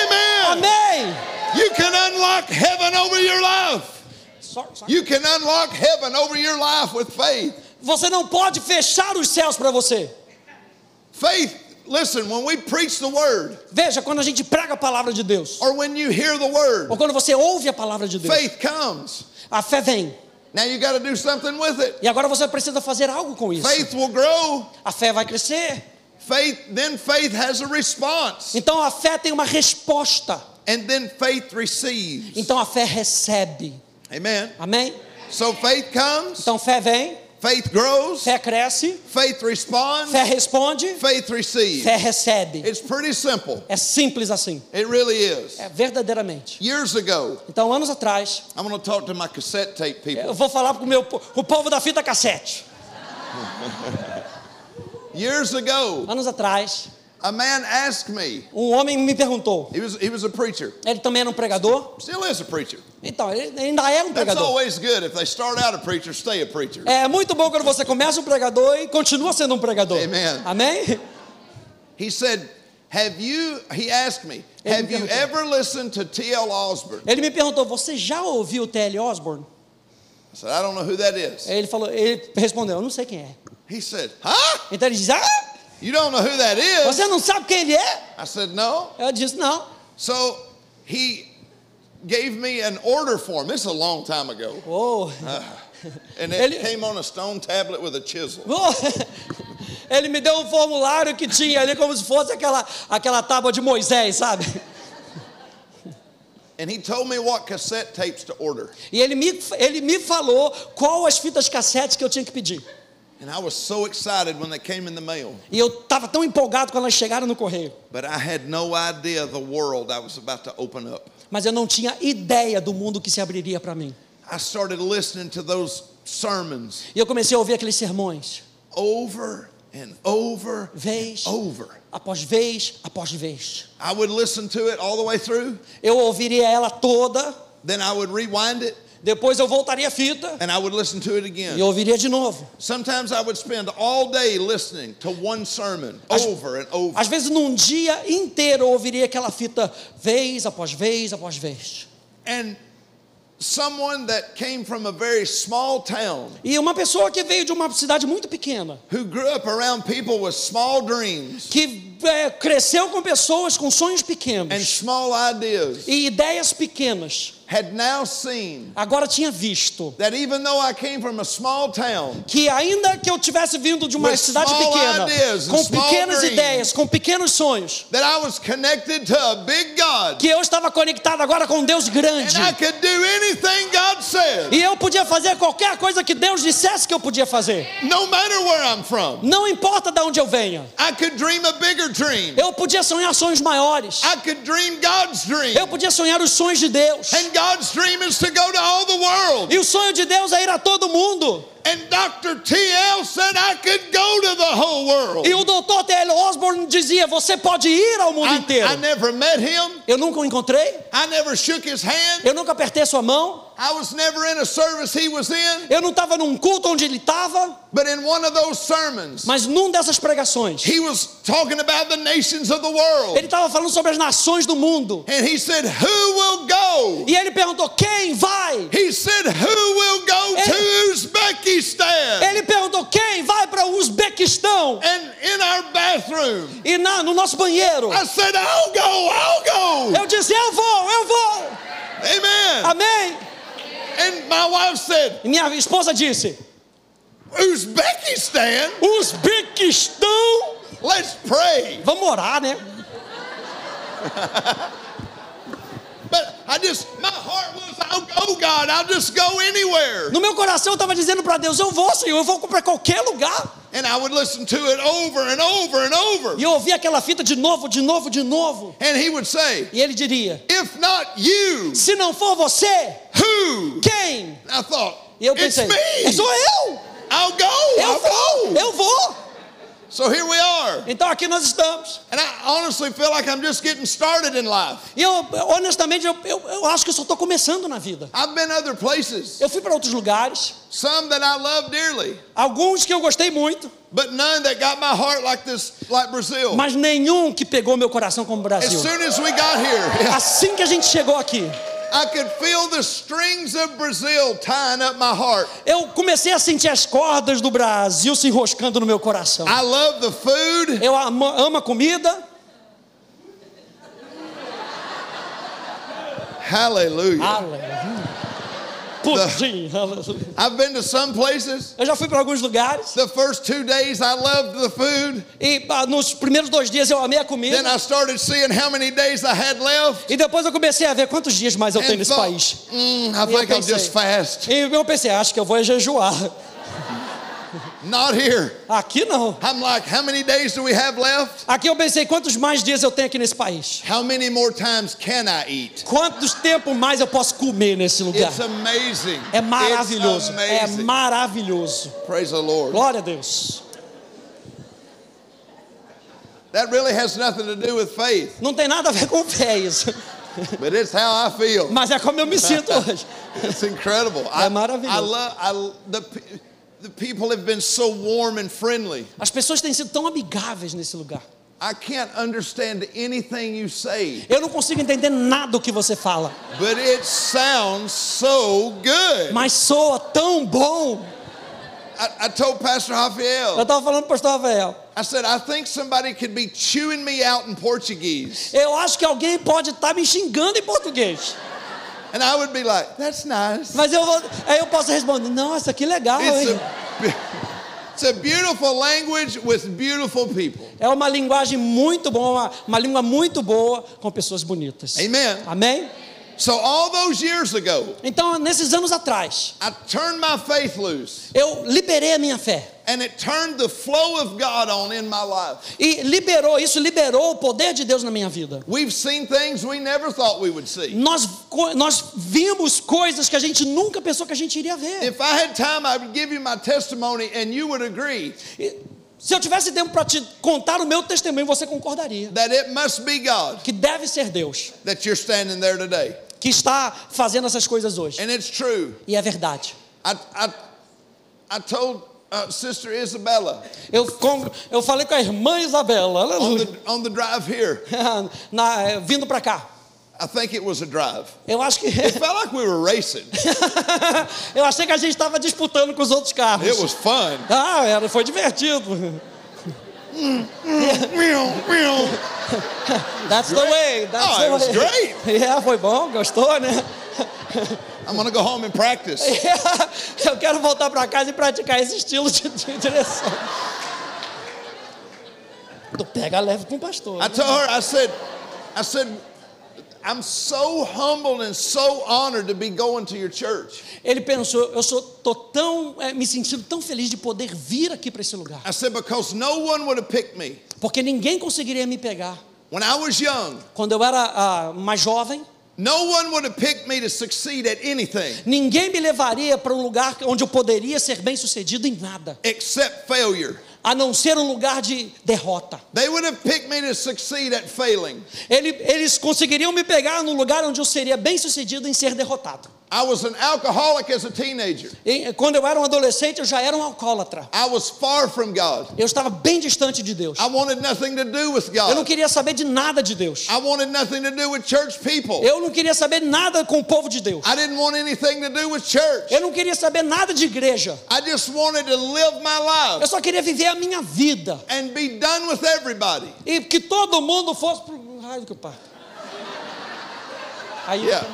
Speaker 2: Amém.
Speaker 1: Amen.
Speaker 2: Amém.
Speaker 1: You can unlock heaven over your life.
Speaker 2: Sorry, sorry.
Speaker 1: You can unlock heaven over your life with faith.
Speaker 2: Você não pode fechar os céus para você.
Speaker 1: Faith, listen, when we preach the word
Speaker 2: Veja, quando a gente prega a palavra de Deus,
Speaker 1: or when you hear the word,
Speaker 2: ou quando você ouve a palavra de Deus,
Speaker 1: faith comes.
Speaker 2: a fé vem.
Speaker 1: Now you got to do something with it.
Speaker 2: E agora você precisa fazer algo com isso.
Speaker 1: Faith will grow.
Speaker 2: A fé vai crescer.
Speaker 1: Faith, then faith has a response.
Speaker 2: Então a fé tem uma resposta.
Speaker 1: And then faith receives.
Speaker 2: Então a fé recebe.
Speaker 1: Amen.
Speaker 2: Amém?
Speaker 1: So faith comes,
Speaker 2: Então fé vem,
Speaker 1: faith grows,
Speaker 2: fé cresce,
Speaker 1: faith responds,
Speaker 2: fé responde,
Speaker 1: faith receives.
Speaker 2: fé recebe.
Speaker 1: It's pretty simple.
Speaker 2: É simples assim.
Speaker 1: It really is.
Speaker 2: É verdadeiramente.
Speaker 1: Years ago,
Speaker 2: Então, anos atrás,
Speaker 1: I'm going to talk to my cassette tape
Speaker 2: eu
Speaker 1: people.
Speaker 2: vou falar com o meu po- o povo da fita cassete.
Speaker 1: Years ago,
Speaker 2: Anos atrás,
Speaker 1: a man asked me,
Speaker 2: um homem me perguntou.
Speaker 1: he was, he was a preacher,
Speaker 2: Ele também era um pregador?
Speaker 1: still is a preacher.
Speaker 2: Então, ele ainda é um
Speaker 1: That's
Speaker 2: pregador.
Speaker 1: always good. If they start out a preacher, stay a preacher.
Speaker 2: É muito bom quando você começa um pregador e continua sendo um pregador.
Speaker 1: Amen.
Speaker 2: Amém?
Speaker 1: He said, Have you, he asked me,
Speaker 2: Ele
Speaker 1: have
Speaker 2: me
Speaker 1: you
Speaker 2: perguntou.
Speaker 1: ever listened to T.L. Osborne?
Speaker 2: Ele me perguntou: "Você já ouviu o T.L. Osborne?"
Speaker 1: I said, I don't know who that is.
Speaker 2: Ele falou, ele respondeu: "Eu não sei quem é."
Speaker 1: He said, Huh?
Speaker 2: Então ele diz: "Ah,
Speaker 1: You don't know who that is?
Speaker 2: você não sabe quem ele é?"
Speaker 1: I said, No.
Speaker 2: Eu disse: "Não."
Speaker 1: So he gave me an order form. This is a long time ago.
Speaker 2: Oh.
Speaker 1: And it
Speaker 2: Ele-
Speaker 1: came on a stone tablet with a chisel.
Speaker 2: Oh. Ele me deu um formulário que tinha ali como se fosse aquela aquela tábua de Moisés, sabe?
Speaker 1: And he told me what cassette tapes to order.
Speaker 2: E ele me, ele me falou qual as fitas cassete que eu tinha que pedir.
Speaker 1: And I was so excited when they came in the mail.
Speaker 2: E eu estava tão empolgado quando elas chegaram no correio.
Speaker 1: But I had no idea the world I was about to open up.
Speaker 2: Mas eu não tinha ideia do mundo que se abriria para mim.
Speaker 1: I started listening to those sermons
Speaker 2: E eu comecei a ouvir aqueles sermões,
Speaker 1: over and over and
Speaker 2: Vez.
Speaker 1: over.
Speaker 2: após vez, após vez.
Speaker 1: I would listen to it all the way through.
Speaker 2: Eu ouviria ela toda,
Speaker 1: Then I would rewind it
Speaker 2: depois eu voltaria a fita
Speaker 1: and I would listen to it
Speaker 2: e
Speaker 1: again.
Speaker 2: eu ouviria de novo.
Speaker 1: Sometimes I would spend all day listening to one sermon
Speaker 2: Às-
Speaker 1: over and over.
Speaker 2: Às vezes num dia inteiro eu ouviria aquela fita vez após vez após vez.
Speaker 1: And someone that came from a very small town
Speaker 2: E uma pessoa que veio de uma cidade muito pequena,
Speaker 1: who grew up around people with small dreams
Speaker 2: que é, cresceu com pessoas com sonhos pequenos
Speaker 1: and small ideas
Speaker 2: e ideias pequenas,
Speaker 1: had now seen
Speaker 2: agora tinha visto
Speaker 1: that even though I came from a small town,
Speaker 2: que ainda que eu tivesse vindo de uma
Speaker 1: With
Speaker 2: cidade
Speaker 1: small
Speaker 2: pequena,
Speaker 1: ideas and
Speaker 2: com
Speaker 1: small
Speaker 2: pequenas
Speaker 1: dreams.
Speaker 2: ideias, com pequenos sonhos,
Speaker 1: that I was connected to a big God
Speaker 2: que eu estava conectado agora com um Deus grande.
Speaker 1: and I could do anything God said,
Speaker 2: E eu podia fazer qualquer coisa que Deus dissesse que eu podia fazer.
Speaker 1: no matter where I'm from.
Speaker 2: Não importa de onde eu venha.
Speaker 1: I could dream a bigger dream.
Speaker 2: Eu podia sonhar sonhos maiores.
Speaker 1: I could dream God's dream.
Speaker 2: Eu podia sonhar os sonhos de Deus.
Speaker 1: And God's dream is to go to all the world.
Speaker 2: E o sonho de Deus é ir a todo mundo.
Speaker 1: And Dr. T.L. said I could go to the whole world.
Speaker 2: E o doutor T.L. Osborne dizia: Você pode ir ao mundo
Speaker 1: I, I
Speaker 2: inteiro.
Speaker 1: never met him.
Speaker 2: Eu nunca o encontrei.
Speaker 1: I never shook his hand.
Speaker 2: Eu nunca apertei sua mão.
Speaker 1: I was never in a service he was in.
Speaker 2: Eu não estava num culto onde ele estava.
Speaker 1: But in one of those sermons,
Speaker 2: Mas num dessas pregações,
Speaker 1: he was talking about the nations of the world.
Speaker 2: ele estava falando sobre as nações do mundo.
Speaker 1: And he said, Who will go?
Speaker 2: E ele perguntou: Quem vai?
Speaker 1: He said, Who will go to Uzbekistan?
Speaker 2: Ele perguntou: Quem vai para o Uzbequistão?
Speaker 1: And in our bathroom,
Speaker 2: E na, no nosso banheiro.
Speaker 1: I said, I'll go, I'll go.
Speaker 2: Eu disse: Eu vou, eu vou.
Speaker 1: Amen.
Speaker 2: Amém.
Speaker 1: And my wife said,
Speaker 2: E minha esposa disse:
Speaker 1: Uzbekistan,
Speaker 2: Uzbequistão.
Speaker 1: let's pray.
Speaker 2: Vamos orar, né?
Speaker 1: But I just, my heart was, I'll go, God, I'll just go anywhere.
Speaker 2: No meu coração eu estava dizendo para Deus: Eu vou, Senhor, eu vou para qualquer lugar.
Speaker 1: And I would listen to it over and over and
Speaker 2: E
Speaker 1: over.
Speaker 2: eu ouvi aquela fita de novo, de novo, de novo.
Speaker 1: And he would say,
Speaker 2: E ele diria:
Speaker 1: If not you,
Speaker 2: Se não for você,
Speaker 1: who?
Speaker 2: quem?
Speaker 1: And I thought,
Speaker 2: E eu
Speaker 1: It's
Speaker 2: pensei: "É, Sou
Speaker 1: me.
Speaker 2: eu!
Speaker 1: I'll go,
Speaker 2: Eu
Speaker 1: I'll
Speaker 2: vou!
Speaker 1: go.
Speaker 2: Eu vou!
Speaker 1: So here we are.
Speaker 2: Então aqui nós estamos.
Speaker 1: And I honestly feel like I'm just getting started in life.
Speaker 2: E eu, honestamente, eu, eu, eu acho que eu só estou começando na vida.
Speaker 1: I've been other places,
Speaker 2: Eu fui para outros lugares,
Speaker 1: some that I love dearly.
Speaker 2: alguns que eu gostei muito,
Speaker 1: but none that got my heart like this, like Brazil.
Speaker 2: mas nenhum que pegou meu coração como o Brasil.
Speaker 1: as soon as we got here, yeah,
Speaker 2: Assim que a gente chegou aqui,
Speaker 1: I could feel the strings of Brazil tying up my heart.
Speaker 2: eu comecei a sentir as cordas do Brasil se enroscando no meu coração.
Speaker 1: I love the food.
Speaker 2: Eu amo, amo a comida,
Speaker 1: Hallelujah.
Speaker 2: aleluia. Pudim, aleluia.
Speaker 1: I've been to some places.
Speaker 2: Eu já fui para alguns lugares
Speaker 1: The first two days I loved the food.
Speaker 2: e ah, nos primeiros dois dias eu amei a
Speaker 1: Then
Speaker 2: comida.
Speaker 1: I started seeing how many days I had left.
Speaker 2: E depois eu comecei a ver quantos dias mais eu tenho
Speaker 1: And
Speaker 2: nesse
Speaker 1: thought,
Speaker 2: país.
Speaker 1: "Mm, I
Speaker 2: E eu
Speaker 1: think I'll
Speaker 2: pensei.
Speaker 1: just fast.
Speaker 2: E eu pensei, "Ah, acho que eu vou jejuar.
Speaker 1: Not here.
Speaker 2: Aqui não.
Speaker 1: I'm like, how many days do we have left?
Speaker 2: Aqui eu pensei, quantos mais dias eu tenho aqui nesse país?
Speaker 1: How many more times can I eat?
Speaker 2: Quantos tempo mais eu posso comer nesse lugar?
Speaker 1: It's amazing.
Speaker 2: É maravilhoso.
Speaker 1: It's
Speaker 2: É
Speaker 1: amazing.
Speaker 2: maravilhoso.
Speaker 1: Praise the Lord.
Speaker 2: Glória a Deus.
Speaker 1: That really has nothing to do with faith,
Speaker 2: Não tem nada a ver com fé isso.
Speaker 1: but it's how I feel.
Speaker 2: Mas é como eu me sinto hoje.
Speaker 1: It's incredible.
Speaker 2: É
Speaker 1: I,
Speaker 2: maravilhoso.
Speaker 1: I love I, the pe- the people have been so warm and friendly.
Speaker 2: As pessoas têm sido tão amigáveis nesse lugar.
Speaker 1: I can't understand anything you say,
Speaker 2: Eu não consigo entender nada do que você fala,
Speaker 1: but it sounds so good.
Speaker 2: mas soa tão bom.
Speaker 1: I, I told Pastor
Speaker 2: Eu
Speaker 1: Rafael,
Speaker 2: estava falando para o pastor Rafael.
Speaker 1: I said, I think somebody could be chewing me out in Portuguese.
Speaker 2: Eu acho que alguém pode estar me xingando em português.
Speaker 1: And I would be like, that's nice.
Speaker 2: Mas eu vou, aí eu posso responder: Nossa, que legal,
Speaker 1: It's
Speaker 2: hein?
Speaker 1: a, it's a beautiful language with beautiful people.
Speaker 2: É uma linguagem muito boa, uma, uma língua muito boa com pessoas bonitas.
Speaker 1: Amen.
Speaker 2: Amém?
Speaker 1: So all those years ago,
Speaker 2: Então, nesses anos atrás,
Speaker 1: I turned my faith loose
Speaker 2: eu liberei a minha fé.
Speaker 1: and it turned the flow of God on in my life.
Speaker 2: E liberou, isso liberou o poder de Deus na minha vida.
Speaker 1: We've seen things we never thought we would see.
Speaker 2: Nós, co- nós vimos coisas que a gente nunca pensou que a gente iria ver.
Speaker 1: If I had time, I would give you my testimony and you would agree
Speaker 2: E se eu tivesse tempo para te contar o meu testemunho, você concordaria.
Speaker 1: that it must be God
Speaker 2: Que deve ser Deus
Speaker 1: that you're standing there today.
Speaker 2: que está fazendo essas coisas hoje.
Speaker 1: And it's true.
Speaker 2: E é verdade.
Speaker 1: I, I, I told uh, Sister Isabella
Speaker 2: Eu, con- eu falei com a irmã Isabela,
Speaker 1: on
Speaker 2: aleluia,
Speaker 1: the, on the drive here,
Speaker 2: na- eh, vindo para cá.
Speaker 1: I think it was a drive.
Speaker 2: Eu acho que.
Speaker 1: It felt like we were racing,
Speaker 2: eu achei que a gente estava disputando com os outros carros.
Speaker 1: it was fun.
Speaker 2: Ah, era, foi divertido.
Speaker 1: Meow, meow.
Speaker 2: That's the way. That's
Speaker 1: Oh,
Speaker 2: the
Speaker 1: it was
Speaker 2: way. Yeah, foi bom, gostou, né?
Speaker 1: I'm going to go home and practice.
Speaker 2: Eu quero voltar para casa e praticar esse estilo de, de direção. Tu pega leve com o pastor.
Speaker 1: I told her, I said, I said, I'm so humbled and so honored to be going to your church.
Speaker 2: Ele pensou, eu sou tô tão eh, me sentindo tão feliz de poder vir aqui para esse lugar,
Speaker 1: I said, because no one would have picked me.
Speaker 2: porque ninguém conseguiria me pegar.
Speaker 1: When I was young,
Speaker 2: Quando eu era ah, mais jovem,
Speaker 1: no one would have picked me to succeed at anything
Speaker 2: ninguém me levaria para um lugar onde eu poderia ser bem-sucedido em nada,
Speaker 1: except failure.
Speaker 2: a não ser um lugar de derrota.
Speaker 1: They would have picked me to succeed at failing.
Speaker 2: Ele- eles conseguiriam me pegar num lugar onde eu seria bem-sucedido em ser derrotado.
Speaker 1: I was an alcoholic as a teenager.
Speaker 2: E, quando eu era um adolescente, eu já era um alcoólatra.
Speaker 1: I was far from God.
Speaker 2: Eu estava bem distante de Deus.
Speaker 1: I wanted nothing to do with
Speaker 2: Eu não
Speaker 1: God.
Speaker 2: queria saber de nada de Deus.
Speaker 1: I wanted nothing to do with church people.
Speaker 2: Eu não queria saber nada com o povo de Deus.
Speaker 1: I didn't want anything to do with church.
Speaker 2: Eu não queria saber nada de igreja.
Speaker 1: I just wanted to live my
Speaker 2: Eu
Speaker 1: life
Speaker 2: só queria viver a minha vida.
Speaker 1: and be done with everybody.
Speaker 2: E que todo mundo fosse pro raio que eu parto. Aí
Speaker 1: Yeah.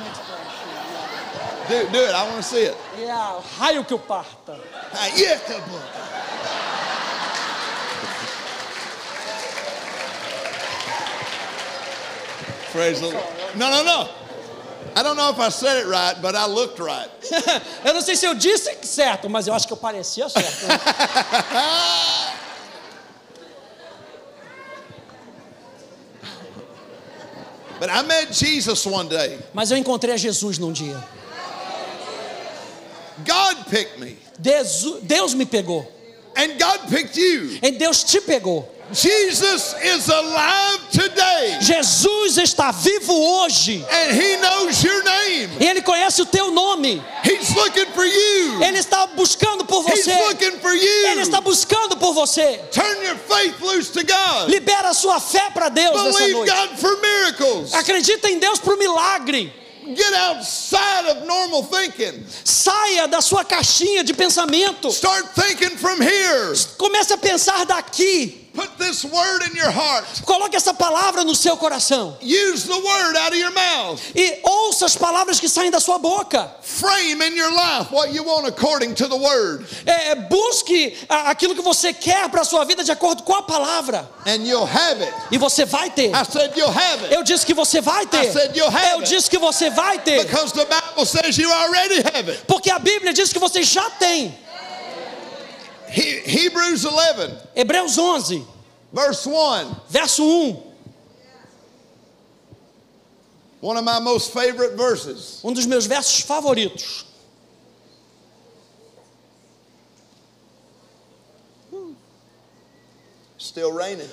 Speaker 1: Do, do it. I want to see it.
Speaker 2: eu, yeah, raio que eu parta.
Speaker 1: Ah, yeah, come on. Praise the Lord. No, no, no. I don't know if I said it right, but I looked right.
Speaker 2: eu não sei se eu disse certo, mas eu acho que eu parecia certo. né?
Speaker 1: Ah! But I met Jesus one day.
Speaker 2: mas eu encontrei a Jesus num dia.
Speaker 1: God picked me,
Speaker 2: Desu- Deus me pegou.
Speaker 1: and God picked you.
Speaker 2: E Deus te pegou.
Speaker 1: Jesus is alive today,
Speaker 2: Jesus está vivo hoje.
Speaker 1: and He knows your name.
Speaker 2: E Ele conhece o teu nome.
Speaker 1: He's looking for you.
Speaker 2: Ele está buscando por
Speaker 1: He's
Speaker 2: você.
Speaker 1: looking for you.
Speaker 2: Ele está buscando por você.
Speaker 1: Turn your faith loose to God.
Speaker 2: Libera a sua fé para Deus nessa
Speaker 1: Believe
Speaker 2: noite.
Speaker 1: God for miracles.
Speaker 2: Acredita em Deus para o milagre.
Speaker 1: Get outside of normal thinking.
Speaker 2: Saia da sua caixinha de pensamento.
Speaker 1: Start thinking from here.
Speaker 2: Comece a pensar daqui.
Speaker 1: Put this word in your heart.
Speaker 2: Coloque essa palavra no seu coração.
Speaker 1: Use the word out of your mouth.
Speaker 2: E ouça as palavras que saem da sua boca.
Speaker 1: Frame in your life what you want according to the word,
Speaker 2: É, busque a- aquilo que você quer para a sua vida de acordo com a palavra.
Speaker 1: and you'll have it.
Speaker 2: E você vai ter.
Speaker 1: I said, You'll have it.
Speaker 2: Eu disse que você vai ter.
Speaker 1: I Ah. said, "You'll have
Speaker 2: Eu
Speaker 1: it."
Speaker 2: disse que você vai ter.
Speaker 1: Because the Bible says you already have it.
Speaker 2: Porque a Bíblia diz que você já tem.
Speaker 1: He- Hebrews 11,
Speaker 2: Hebreus 11,
Speaker 1: verse 1.
Speaker 2: verso 1.
Speaker 1: One of my most favorite verses.
Speaker 2: Um dos meus versos favoritos.
Speaker 1: Still raining.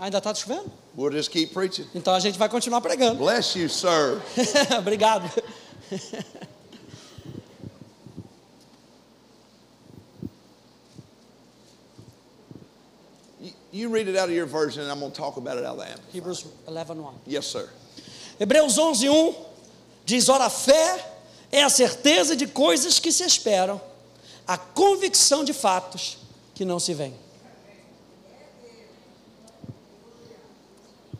Speaker 2: Ainda está chovendo?
Speaker 1: We'll just keep preaching.
Speaker 2: Então a gente vai continuar pregando.
Speaker 1: Bless you, sir.
Speaker 2: Obrigado.
Speaker 1: You- You read it out of your version, and I'm going to talk about it out of the amp.
Speaker 2: Hebreus 11, 1.
Speaker 1: Yes, sir.
Speaker 2: Hebreus 11, 1 diz: Ora, a fé é a certeza de coisas que se esperam, a convicção de fatos que não se veem.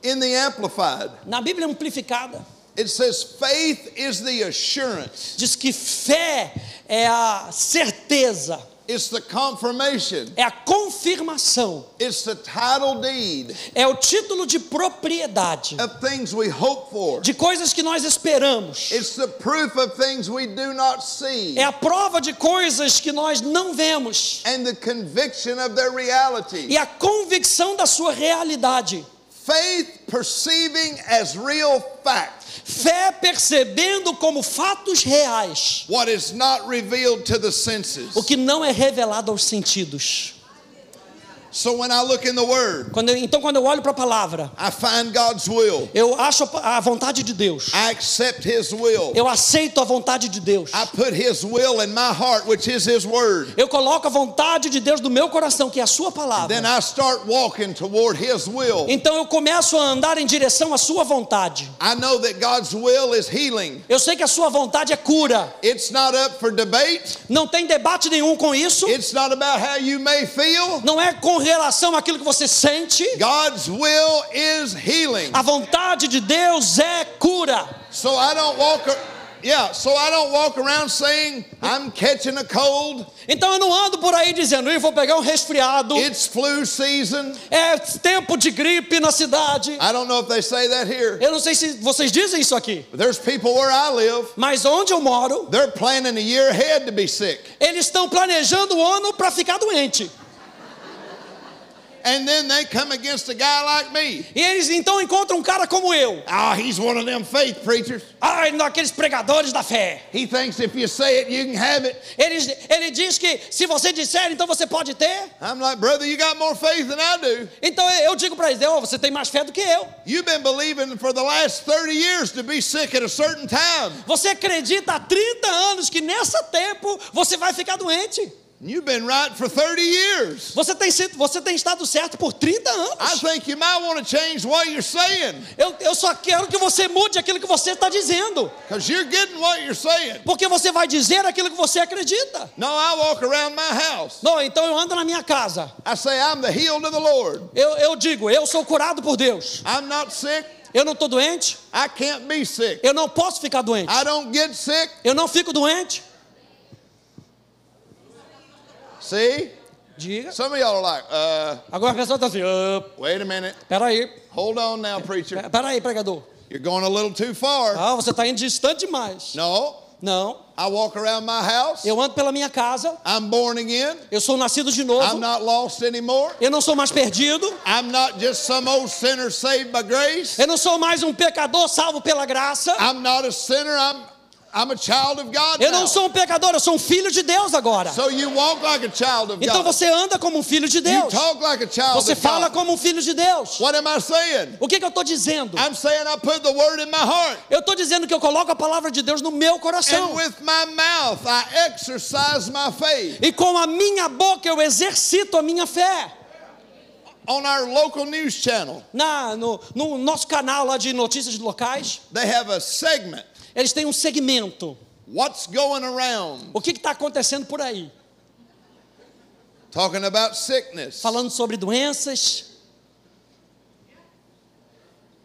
Speaker 1: In the Amplified,
Speaker 2: Na Bíblia amplificada,
Speaker 1: it says, faith is the assurance,
Speaker 2: diz que fé é a certeza,
Speaker 1: it's the confirmation,
Speaker 2: é a confirmação,
Speaker 1: it's the title deed
Speaker 2: é o título de propriedade
Speaker 1: of things we hope for,
Speaker 2: de coisas que nós esperamos.
Speaker 1: it's the proof of things we do not see,
Speaker 2: É a prova de coisas que nós não vemos
Speaker 1: and the conviction of their reality.
Speaker 2: e a convicção da sua realidade.
Speaker 1: Faith perceiving as real fact
Speaker 2: Fé percebendo como fatos reais
Speaker 1: what is not revealed to the senses.
Speaker 2: o que não é revelado aos sentidos.
Speaker 1: So when I look in the Word,
Speaker 2: Quando eu- então, quando eu olho para a palavra,
Speaker 1: I find God's will,
Speaker 2: eu acho a pa- a vontade de Deus,
Speaker 1: I accept His will.
Speaker 2: eu aceito a vontade de Deus,
Speaker 1: I put His will in my heart, which is His Word.
Speaker 2: eu coloco a vontade de Deus no meu coração, que é a Sua
Speaker 1: Then
Speaker 2: palavra.
Speaker 1: I start walking toward His will.
Speaker 2: Então, eu começo a andar em direção à Sua vontade.
Speaker 1: I know that God's will is healing.
Speaker 2: Eu sei que a Sua vontade é cura,
Speaker 1: It's not up for debate.
Speaker 2: não tem debate nenhum com isso.
Speaker 1: It's not about how you may feel.
Speaker 2: não é com relação àquilo que você sente.
Speaker 1: God's will is healing.
Speaker 2: A vontade de Deus é cura.
Speaker 1: So I don't walk. Yeah, so I don't walk around saying, I'm catching a cold,
Speaker 2: Então eu não ando por aí dizendo, eu vou pegar um resfriado,
Speaker 1: it's flu season.
Speaker 2: é tempo de gripe na cidade.
Speaker 1: I don't know if they say that here.
Speaker 2: Eu não sei se vocês dizem isso aqui,
Speaker 1: But There's people where I live,
Speaker 2: mas onde eu moro,
Speaker 1: they're planning a year ahead to be sick.
Speaker 2: eles estão planejando o ano para ficar doente.
Speaker 1: And then they come against a guy like me.
Speaker 2: E eles então encontram um cara como eu,
Speaker 1: Ah, he's one of them faith preachers.
Speaker 2: ai, daqueles pregadores da fé.
Speaker 1: He thinks if you say it, you can have it.
Speaker 2: Eles, ele diz que se você disser, então você pode ter.
Speaker 1: I'm like, brother, you got more faith than I do.
Speaker 2: Então eu digo para eles, "Ó, você tem mais fé do que eu.
Speaker 1: You've been believing for the last 30 years to be sick at a certain time.
Speaker 2: Você acredita há 30 anos que nessa tempo você vai ficar doente.
Speaker 1: You've been right for 30 years.
Speaker 2: Você tem, sido- você tem estado certo por 30
Speaker 1: I
Speaker 2: anos.
Speaker 1: think you might want to change what you're saying
Speaker 2: Eu, eu só quero que você mude aquilo que você está dizendo.
Speaker 1: because you're getting what you're saying.
Speaker 2: Porque você vai dizer aquilo que você acredita.
Speaker 1: No, I walk around my house.
Speaker 2: Não, então eu ando na minha casa.
Speaker 1: I say, I'm the healed of the Lord.
Speaker 2: Eu, eu digo, eu sou curado por Deus.
Speaker 1: I'm not sick.
Speaker 2: Eu não estou doente.
Speaker 1: I can't be sick.
Speaker 2: Eu não posso ficar doente.
Speaker 1: I don't get sick.
Speaker 2: Eu não fico doente.
Speaker 1: See?
Speaker 2: Diga.
Speaker 1: Some of y'all are like, uh,
Speaker 2: Agora a pessoa está assim, "Ah,
Speaker 1: wait a minute.
Speaker 2: peraí,
Speaker 1: Hold on now, preacher.
Speaker 2: peraí, pregador.
Speaker 1: You're going a little too far.
Speaker 2: Ah, você está indo distante demais.
Speaker 1: No,
Speaker 2: Não,
Speaker 1: I walk around my house.
Speaker 2: eu ando pela minha casa.
Speaker 1: I'm born again.
Speaker 2: Eu sou nascido de novo.
Speaker 1: I'm not lost anymore.
Speaker 2: Eu não sou mais perdido.
Speaker 1: I'm not just some old sinner saved by grace.
Speaker 2: Eu não sou mais um pecador salvo pela graça.
Speaker 1: I'm not a sinner. I'm I'm a child of God.
Speaker 2: Eu
Speaker 1: now.
Speaker 2: não sou um pecador, eu sou um filho de Deus agora.
Speaker 1: So you walk like a child of
Speaker 2: Então
Speaker 1: God.
Speaker 2: você anda como um filho de
Speaker 1: You
Speaker 2: Deus.
Speaker 1: talk like a child
Speaker 2: Você
Speaker 1: of
Speaker 2: fala
Speaker 1: God.
Speaker 2: como um filho de Deus.
Speaker 1: What am I saying?
Speaker 2: O que, que eu estou dizendo?
Speaker 1: I'm saying I put the word in my heart.
Speaker 2: Eu estou dizendo que eu coloco a palavra de Deus no meu
Speaker 1: And
Speaker 2: coração.
Speaker 1: with my mouth, I exercise my faith.
Speaker 2: E com a minha boca eu exercito a minha fé.
Speaker 1: On our local news channel,
Speaker 2: Na, no, no nosso canal lá de notícias locais,
Speaker 1: they have a segment.
Speaker 2: eles têm um segmento.
Speaker 1: What's going around?
Speaker 2: O que está acontecendo por aí?
Speaker 1: Talking about sickness.
Speaker 2: Falando sobre doenças.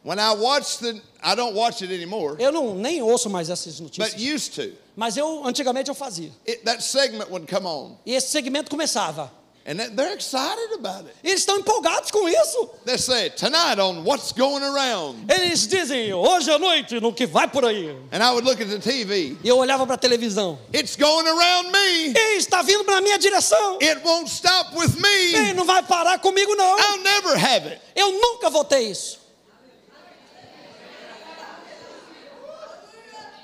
Speaker 1: When I watched the, I don't watch it anymore,
Speaker 2: Eu não nem ouço mais essas
Speaker 1: but
Speaker 2: notícias.
Speaker 1: used to.
Speaker 2: Mas eu antigamente eu fazia.
Speaker 1: It, that segment would come on,
Speaker 2: E esse segmento começava.
Speaker 1: and that, they're excited about it.
Speaker 2: Eles estão empolgados com isso.
Speaker 1: They say tonight on what's going around,
Speaker 2: Eles dizem, hoje à noite, no que vai por aí.
Speaker 1: and I would look at the TV.
Speaker 2: E eu olhava para a televisão.
Speaker 1: It's going around me.
Speaker 2: Ei, está vindo para minha direção.
Speaker 1: It won't stop with
Speaker 2: Ei,
Speaker 1: me.
Speaker 2: não vai parar comigo não.
Speaker 1: I'll never have it.
Speaker 2: Eu nunca votei isso.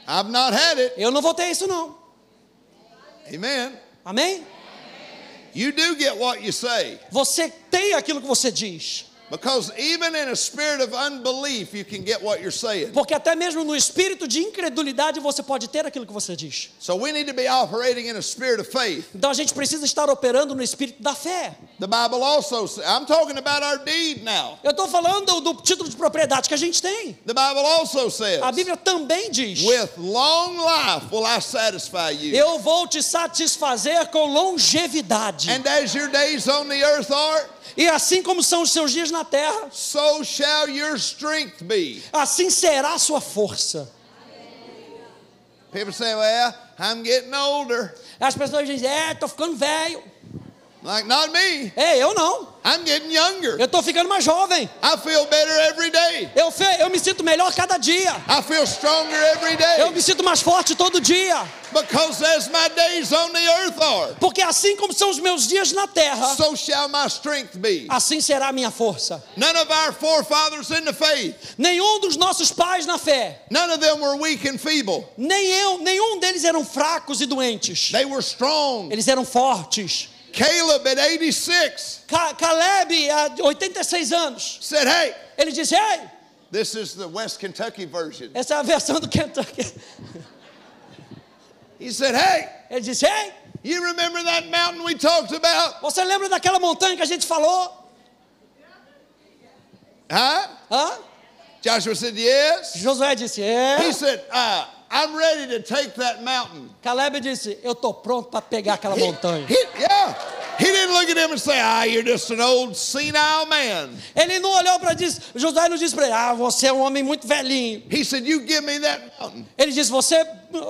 Speaker 1: I've not had it.
Speaker 2: Eu não votei isso não.
Speaker 1: Amen.
Speaker 2: Amém?
Speaker 1: You do get what you say
Speaker 2: Você tem aquilo que você diz.
Speaker 1: because even in a spirit of unbelief, you can get what you're saying.
Speaker 2: Porque até mesmo no espírito de incredulidade você pode ter aquilo que você diz.
Speaker 1: So we need to be operating in a spirit of faith.
Speaker 2: Então a gente precisa estar operando no espírito da fé.
Speaker 1: The Bible also says, I'm talking about our deed now.
Speaker 2: Eu estou falando do título de propriedade que a gente tem.
Speaker 1: The Bible also says,
Speaker 2: A Bíblia também diz.
Speaker 1: with long life will I satisfy you.
Speaker 2: Eu vou te satisfazer com longevidade.
Speaker 1: And as your days on the earth are,
Speaker 2: E assim como são os seus dias na terra,
Speaker 1: so shall your strength be.
Speaker 2: assim será a sua força.
Speaker 1: People say, well, I'm getting older.
Speaker 2: As pessoas dizem, é, tô ficando velho.
Speaker 1: Like, not me.
Speaker 2: É, eu não.
Speaker 1: I'm getting younger.
Speaker 2: Eu tô ficando mais jovem.
Speaker 1: I feel better every day.
Speaker 2: Eu, fe- eu me sinto melhor cada dia.
Speaker 1: I feel stronger every
Speaker 2: Eu
Speaker 1: day.
Speaker 2: me sinto mais forte todo dia.
Speaker 1: Because as my days on the earth are,
Speaker 2: Porque assim como são os meus dias na terra,
Speaker 1: so shall my strength be.
Speaker 2: assim será a minha força.
Speaker 1: None of our forefathers in the faith,
Speaker 2: Nenhum dos nossos pais na fé,
Speaker 1: none of them were weak and feeble.
Speaker 2: nem eu, nenhum deles eram fracos e doentes.
Speaker 1: They were strong.
Speaker 2: Eles eram fortes.
Speaker 1: Caleb at 86
Speaker 2: Ca- Caleb, há 86 anos,
Speaker 1: said, Hey,
Speaker 2: ele disse: Ei,
Speaker 1: this is the West Kentucky version.
Speaker 2: essa é a versão do Kentucky.
Speaker 1: He said, Hey,
Speaker 2: Ele disse: Ei,
Speaker 1: you remember that mountain we talked about?
Speaker 2: você lembra daquela montanha que a gente falou?
Speaker 1: Huh?
Speaker 2: Hã?
Speaker 1: Joshua said, Yes.
Speaker 2: Josué disse: É.
Speaker 1: He said, uh, I'm ready to take that mountain.
Speaker 2: Caleb disse: Eu tô pronto para pegar aquela
Speaker 1: He-
Speaker 2: montanha.
Speaker 1: he- yeah. He didn't look at him and say, Ah, you're just an old senile man.
Speaker 2: Ele não olhou para disse, Josué não disse para ele: Ah, você é um homem muito velhinho.
Speaker 1: He said, You give me that mountain.
Speaker 2: Ele disse: Você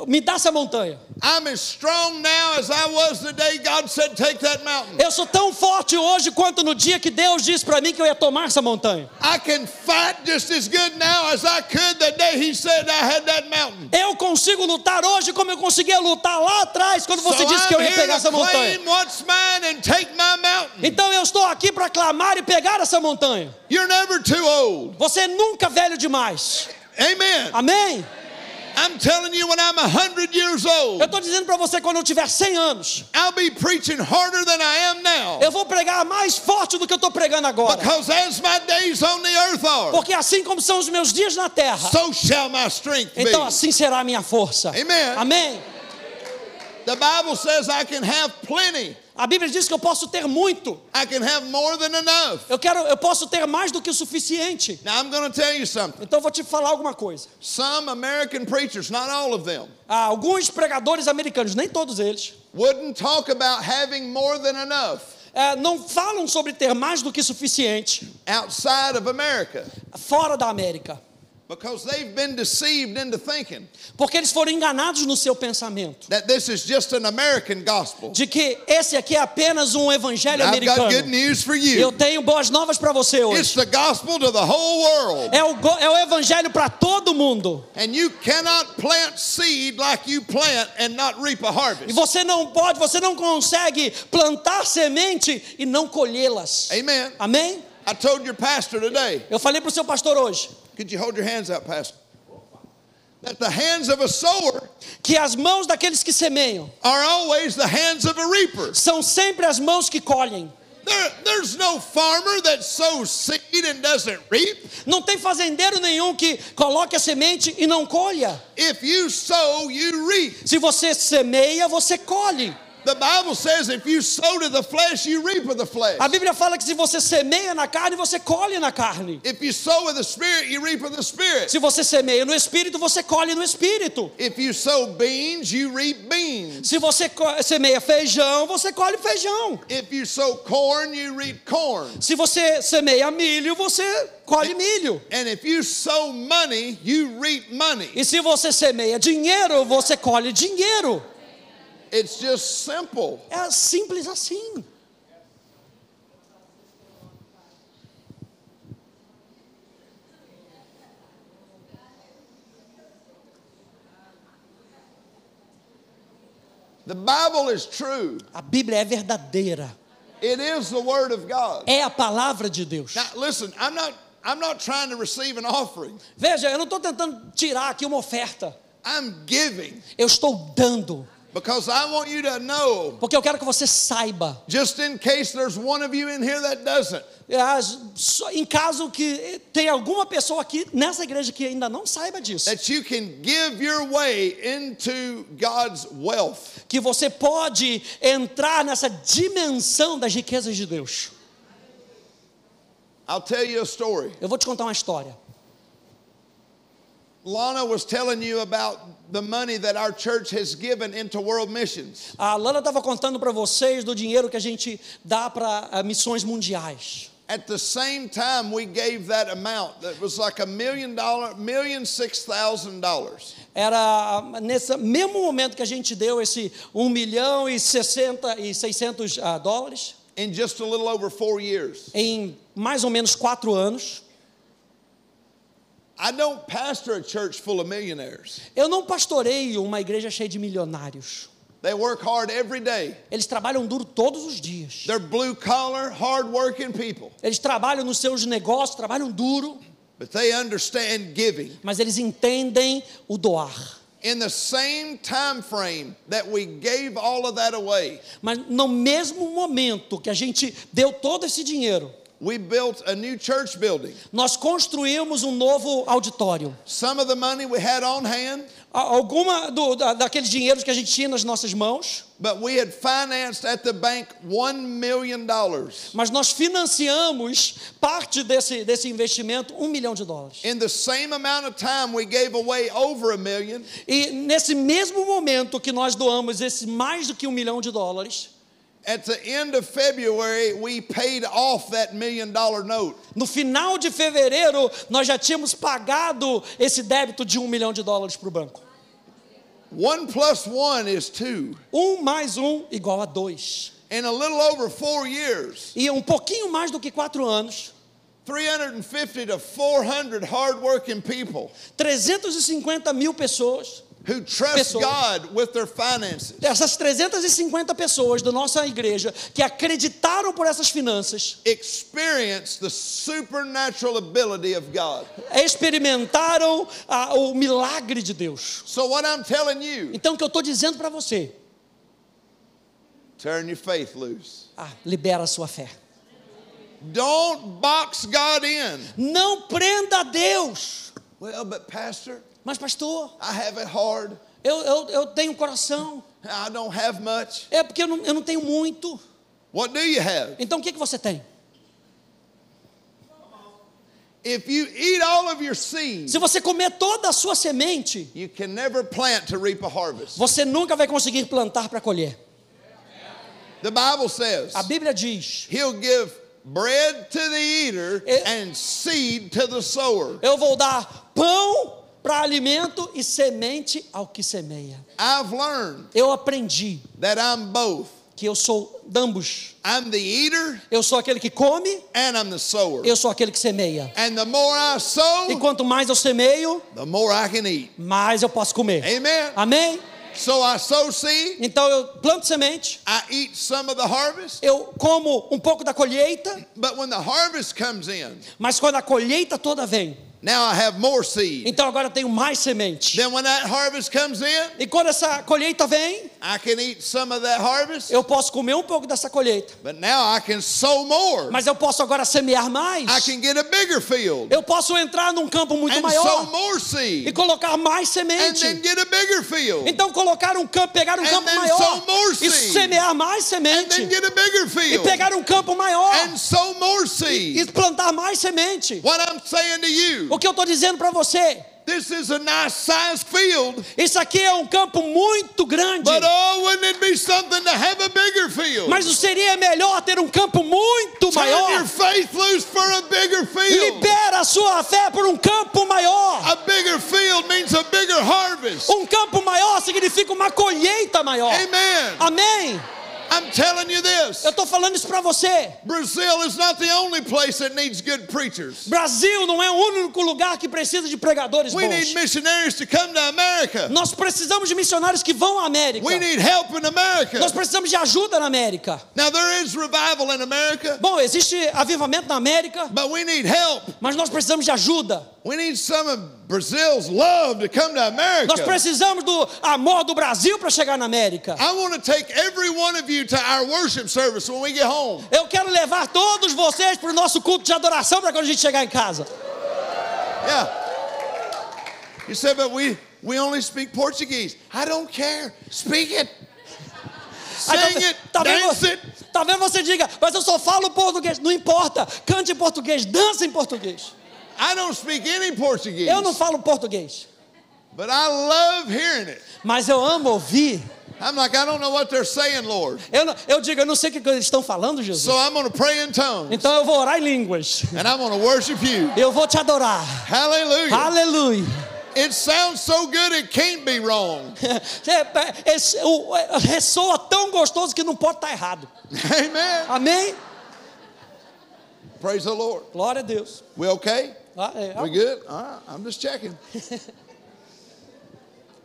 Speaker 2: me dá essa montanha.
Speaker 1: I'm as strong now as I was the day God said, Take that mountain.
Speaker 2: Eu sou tão forte hoje quanto no dia que Deus disse para mim que eu ia tomar essa montanha.
Speaker 1: I can fight just as good now as I could the day He said I had that mountain.
Speaker 2: Eu consigo lutar hoje como eu conseguia lutar lá atrás quando você
Speaker 1: so
Speaker 2: disse que eu
Speaker 1: I'm
Speaker 2: ia
Speaker 1: here
Speaker 2: pegar
Speaker 1: to
Speaker 2: essa montanha.
Speaker 1: claim what's mine and take my mountain.
Speaker 2: Então eu estou aqui para clamar e pegar essa montanha.
Speaker 1: You're never too old.
Speaker 2: Você é nunca velho demais.
Speaker 1: Amen.
Speaker 2: Amém?
Speaker 1: I'm telling you, when I'm 100 years
Speaker 2: Eu
Speaker 1: old,
Speaker 2: estou dizendo para você quando eu tiver 100 anos,
Speaker 1: I'll be preaching harder than I am now.
Speaker 2: eu vou pregar mais forte do que eu estou pregando agora.
Speaker 1: Because as my days on the earth are,
Speaker 2: Porque assim como são os meus dias na terra,
Speaker 1: so shall my strength be.
Speaker 2: então assim será a minha força.
Speaker 1: Amen.
Speaker 2: Amém.
Speaker 1: The Bible says I can have plenty.
Speaker 2: A Bíblia diz que eu posso ter muito.
Speaker 1: I can have more than enough.
Speaker 2: Eu quero, eu posso ter mais do que o suficiente.
Speaker 1: Now I'm going to tell you something.
Speaker 2: Então eu vou te falar alguma coisa.
Speaker 1: Some American preachers, not all of them,
Speaker 2: Ah, alguns pregadores americanos, nem todos eles,
Speaker 1: wouldn't talk about having more than enough
Speaker 2: eh, não falam sobre ter mais do que suficiente
Speaker 1: outside of America
Speaker 2: fora da América,
Speaker 1: because they've been deceived into thinking
Speaker 2: porque eles foram enganados no seu pensamento
Speaker 1: that this is just an American gospel.
Speaker 2: de que esse aqui é apenas um evangelho
Speaker 1: I've got good
Speaker 2: americano.
Speaker 1: news for
Speaker 2: Eu
Speaker 1: you.
Speaker 2: tenho boas novas para você hoje.
Speaker 1: It's the gospel to the whole world.
Speaker 2: É o, go- é o evangelho para todo mundo.
Speaker 1: And you cannot plant seed like you plant and not reap a
Speaker 2: E
Speaker 1: harvest.
Speaker 2: você não pode, você não consegue plantar semente e não colhê-las.
Speaker 1: Amen.
Speaker 2: Amém?
Speaker 1: I told your pastor today,
Speaker 2: Eu falei para o seu pastor hoje
Speaker 1: could you hold your hands out, Pastor? That the hands of a sower
Speaker 2: que as mãos daqueles que semeiam
Speaker 1: are always the hands of a reaper.
Speaker 2: são sempre as mãos que colhem.
Speaker 1: There, there's no farmer that sows seed and doesn't reap.
Speaker 2: Não tem fazendeiro nenhum que coloque a semente e não colha.
Speaker 1: If you sow, you reap.
Speaker 2: Se você semeia, você colhe.
Speaker 1: The Bible says if you sow to the flesh, you reap of the flesh.
Speaker 2: A Bíblia fala que se você semeia na carne, você colhe na carne.
Speaker 1: If you sow with the Spirit, you reap of the Spirit.
Speaker 2: Se você semeia no espírito, você colhe no espírito.
Speaker 1: If you sow beans, you reap beans.
Speaker 2: Se você co- semeia feijão, você colhe feijão.
Speaker 1: If you sow corn, you reap corn.
Speaker 2: Se você semeia milho, você colhe milho.
Speaker 1: And if you sow money, you reap money.
Speaker 2: E se você semeia dinheiro, você colhe dinheiro.
Speaker 1: It's just simple.
Speaker 2: É simples assim.
Speaker 1: The Bible is true,
Speaker 2: A Bíblia é verdadeira.
Speaker 1: it is the Word of God.
Speaker 2: É a palavra de Deus.
Speaker 1: Now, listen, I'm not, I'm not trying to receive an offering,
Speaker 2: Veja, eu não estou tentando tirar aqui uma oferta.
Speaker 1: I'm giving.
Speaker 2: Eu estou dando.
Speaker 1: Because I want you to know,
Speaker 2: Porque eu quero que você saiba.
Speaker 1: just in case there's one of you in here that doesn't,
Speaker 2: As- Ah, só- Em caso que tem alguma pessoa aqui nessa igreja que ainda não saiba disso,
Speaker 1: that you can give your way into God's wealth.
Speaker 2: que você pode entrar nessa dimensão das riquezas de Deus.
Speaker 1: I'll tell you a story.
Speaker 2: Eu vou te contar uma história.
Speaker 1: Lana was telling you about the money that our church has given into world missions.
Speaker 2: A Lana estava contando para vocês do dinheiro que a gente dá para missões mundiais.
Speaker 1: At the same time, we gave that amount that was like a million dollar, million six thousand dollars.
Speaker 2: Era ah, nesse mesmo momento que a gente deu esse 1 milhão e 60 e 600 ah, dólares,
Speaker 1: In just a little over four years.
Speaker 2: em mais ou menos quatro anos.
Speaker 1: I don't pastor a church full of millionaires.
Speaker 2: Eu não pastoreio uma igreja cheia de milionários.
Speaker 1: They work hard every day.
Speaker 2: Eles trabalham duro todos os dias.
Speaker 1: They're blue collar, hard working people.
Speaker 2: Eles trabalham nos seus negócios, trabalham duro,
Speaker 1: But they understand giving.
Speaker 2: mas eles entendem o doar.
Speaker 1: In the same time frame that we gave all of that away,
Speaker 2: Mas no mesmo momento que a gente deu todo esse dinheiro,
Speaker 1: we built a new church building.
Speaker 2: nós construímos um novo auditório.
Speaker 1: Some of the money we had on hand,
Speaker 2: A- Alguma do, da, daqueles dinheiros que a gente tinha nas nossas mãos,
Speaker 1: but we had financed at the bank $1 million.
Speaker 2: mas nós financiamos parte desse, desse investimento, um milhão de dólares.
Speaker 1: In the same amount of time, we gave away over a million.
Speaker 2: E nesse mesmo momento que nós doamos esse mais do que um milhão de dólares,
Speaker 1: At the end of February, we paid off that million dollar note.
Speaker 2: no final de fevereiro, nós já tínhamos pagado esse débito de um milhão de dólares para o banco.
Speaker 1: One plus one is two.
Speaker 2: Um mais um igual a dois.
Speaker 1: In a little over four years,
Speaker 2: E um pouquinho mais do que quatro anos,
Speaker 1: 350 to 400 hardworking people
Speaker 2: 350 mil pessoas,
Speaker 1: who trust
Speaker 2: Pessoas.
Speaker 1: God with their finances.
Speaker 2: dessas 350 pessoas da nossa igreja que acreditaram por essas finanças,
Speaker 1: experience the supernatural ability of God.
Speaker 2: experimentaram ah, o milagre de Deus.
Speaker 1: So, what I'm telling you,
Speaker 2: Então, o que eu estou dizendo para você?
Speaker 1: turn your faith loose.
Speaker 2: Ah, libera a sua fé.
Speaker 1: Don't box God in.
Speaker 2: Não prenda a Deus.
Speaker 1: Well, but, Pastor,
Speaker 2: Mas, pastor,
Speaker 1: I have it hard.
Speaker 2: eu, eu, eu tenho um coração.
Speaker 1: I don't have much.
Speaker 2: É porque eu não, eu não tenho muito.
Speaker 1: What do you have?
Speaker 2: Então, o que, que você tem?
Speaker 1: If you eat all of your seeds,
Speaker 2: Se você comer toda a sua semente,
Speaker 1: you can never plant to reap a harvest.
Speaker 2: você nunca vai conseguir plantar para colher.
Speaker 1: The Bible says
Speaker 2: A Bíblia diz:
Speaker 1: He'll give bread to the eater
Speaker 2: Eh.
Speaker 1: and seed to the sower.
Speaker 2: Eu vou dar pão para alimento e semente ao que semeia.
Speaker 1: I've learned
Speaker 2: Eu aprendi
Speaker 1: that I'm both.
Speaker 2: que eu sou ambos.
Speaker 1: I'm the eater
Speaker 2: Eu sou aquele que come,
Speaker 1: and I'm the sower.
Speaker 2: eu sou aquele que semeia.
Speaker 1: And the more I
Speaker 2: E
Speaker 1: sow,
Speaker 2: quanto mais eu semeio,
Speaker 1: the more I can eat.
Speaker 2: mais eu posso comer.
Speaker 1: Amen.
Speaker 2: Amém?
Speaker 1: So I sow seed,
Speaker 2: Então eu planto semente,
Speaker 1: I eat some of the harvest,
Speaker 2: eu como um pouco da colheita,
Speaker 1: but when the harvest comes in,
Speaker 2: mas quando a colheita toda vem,
Speaker 1: now I have more seed.
Speaker 2: então agora eu tenho mais semente.
Speaker 1: Then when that harvest comes in,
Speaker 2: E quando essa colheita vem,
Speaker 1: I can eat some of that harvest,
Speaker 2: eu posso comer um pouco dessa colheita,
Speaker 1: but now I can sow more.
Speaker 2: mas eu posso agora semear mais.
Speaker 1: I can get a bigger field
Speaker 2: Eu posso entrar num campo muito
Speaker 1: and sow
Speaker 2: maior
Speaker 1: more
Speaker 2: e
Speaker 1: seed
Speaker 2: colocar mais
Speaker 1: and then
Speaker 2: semente.
Speaker 1: get a bigger field
Speaker 2: Então colocar um campo, pegar um
Speaker 1: And
Speaker 2: campo
Speaker 1: then
Speaker 2: maior
Speaker 1: sow more
Speaker 2: e
Speaker 1: seed.
Speaker 2: semear mais
Speaker 1: and then
Speaker 2: semente
Speaker 1: get a bigger
Speaker 2: e
Speaker 1: field
Speaker 2: pegar um campo maior
Speaker 1: and sow more
Speaker 2: e
Speaker 1: seed.
Speaker 2: plantar mais semente.
Speaker 1: What I'm saying to you,
Speaker 2: O que eu estou dizendo para você?
Speaker 1: this is a nice sized field.
Speaker 2: Isso aqui é um campo muito grande,
Speaker 1: But oh, wouldn't it be something to have a bigger field?
Speaker 2: mas seria melhor ter um campo muito
Speaker 1: Turn
Speaker 2: maior.
Speaker 1: your faith loose for a bigger field.
Speaker 2: Libera a sua fé por um campo maior.
Speaker 1: A bigger field means a bigger harvest.
Speaker 2: Um campo maior significa uma colheita maior.
Speaker 1: Amen.
Speaker 2: Oh. Amém?
Speaker 1: I'm telling you this
Speaker 2: Eu estou falando isso para você.
Speaker 1: Brazil is not the only place that needs good preachers.
Speaker 2: Brasil não é o único lugar que precisa de pregadores
Speaker 1: We need
Speaker 2: bons.
Speaker 1: missionaries to come to America.
Speaker 2: Nós precisamos de missionários que vão à América.
Speaker 1: We need help in America.
Speaker 2: Nós precisamos de ajuda na América.
Speaker 1: Now, there is revival in America,
Speaker 2: Bom, existe avivamento na América,
Speaker 1: but we need help.
Speaker 2: mas nós precisamos de ajuda.
Speaker 1: We need some of Brazil's love to come to
Speaker 2: Nós
Speaker 1: America.
Speaker 2: precisamos do amor do Brasil para chegar na América.
Speaker 1: I want to take every one of you to our worship service when we get home.
Speaker 2: Eu quero levar todos vocês para o nosso culto de adoração para quando a gente chegar em casa.
Speaker 1: Yeah. You said, but we we only speak Portuguese. I don't care. Speak it. Sing
Speaker 2: Aí
Speaker 1: it.
Speaker 2: talvez,
Speaker 1: dance
Speaker 2: você,
Speaker 1: it.
Speaker 2: talvez você diga, mas eu só falo português. Não importa, cante em português, dança em português.
Speaker 1: I don't speak any Portuguese.
Speaker 2: Eu não falo português,
Speaker 1: But I love hearing it.
Speaker 2: mas eu amo ouvir.
Speaker 1: I'm like, I don't know what they're saying, Lord.
Speaker 2: Eu, não- eu digo, eu não sei o que eles estão falando, Jesus.
Speaker 1: So I'm gonna pray in tongues
Speaker 2: Então eu vou orar em línguas.
Speaker 1: and I'm gonna worship you.
Speaker 2: Eu vou te adorar.
Speaker 1: Hallelujah.
Speaker 2: Aleluia.
Speaker 1: It sounds so good it can't be wrong.
Speaker 2: É, é, é, o- é, ressoa tão gostoso que não pode estar errado.
Speaker 1: Amen.
Speaker 2: Amém?
Speaker 1: Praise the Lord.
Speaker 2: Glória a Deus.
Speaker 1: We okay?
Speaker 2: Ah, é,
Speaker 1: We good? All right. I'm just checking.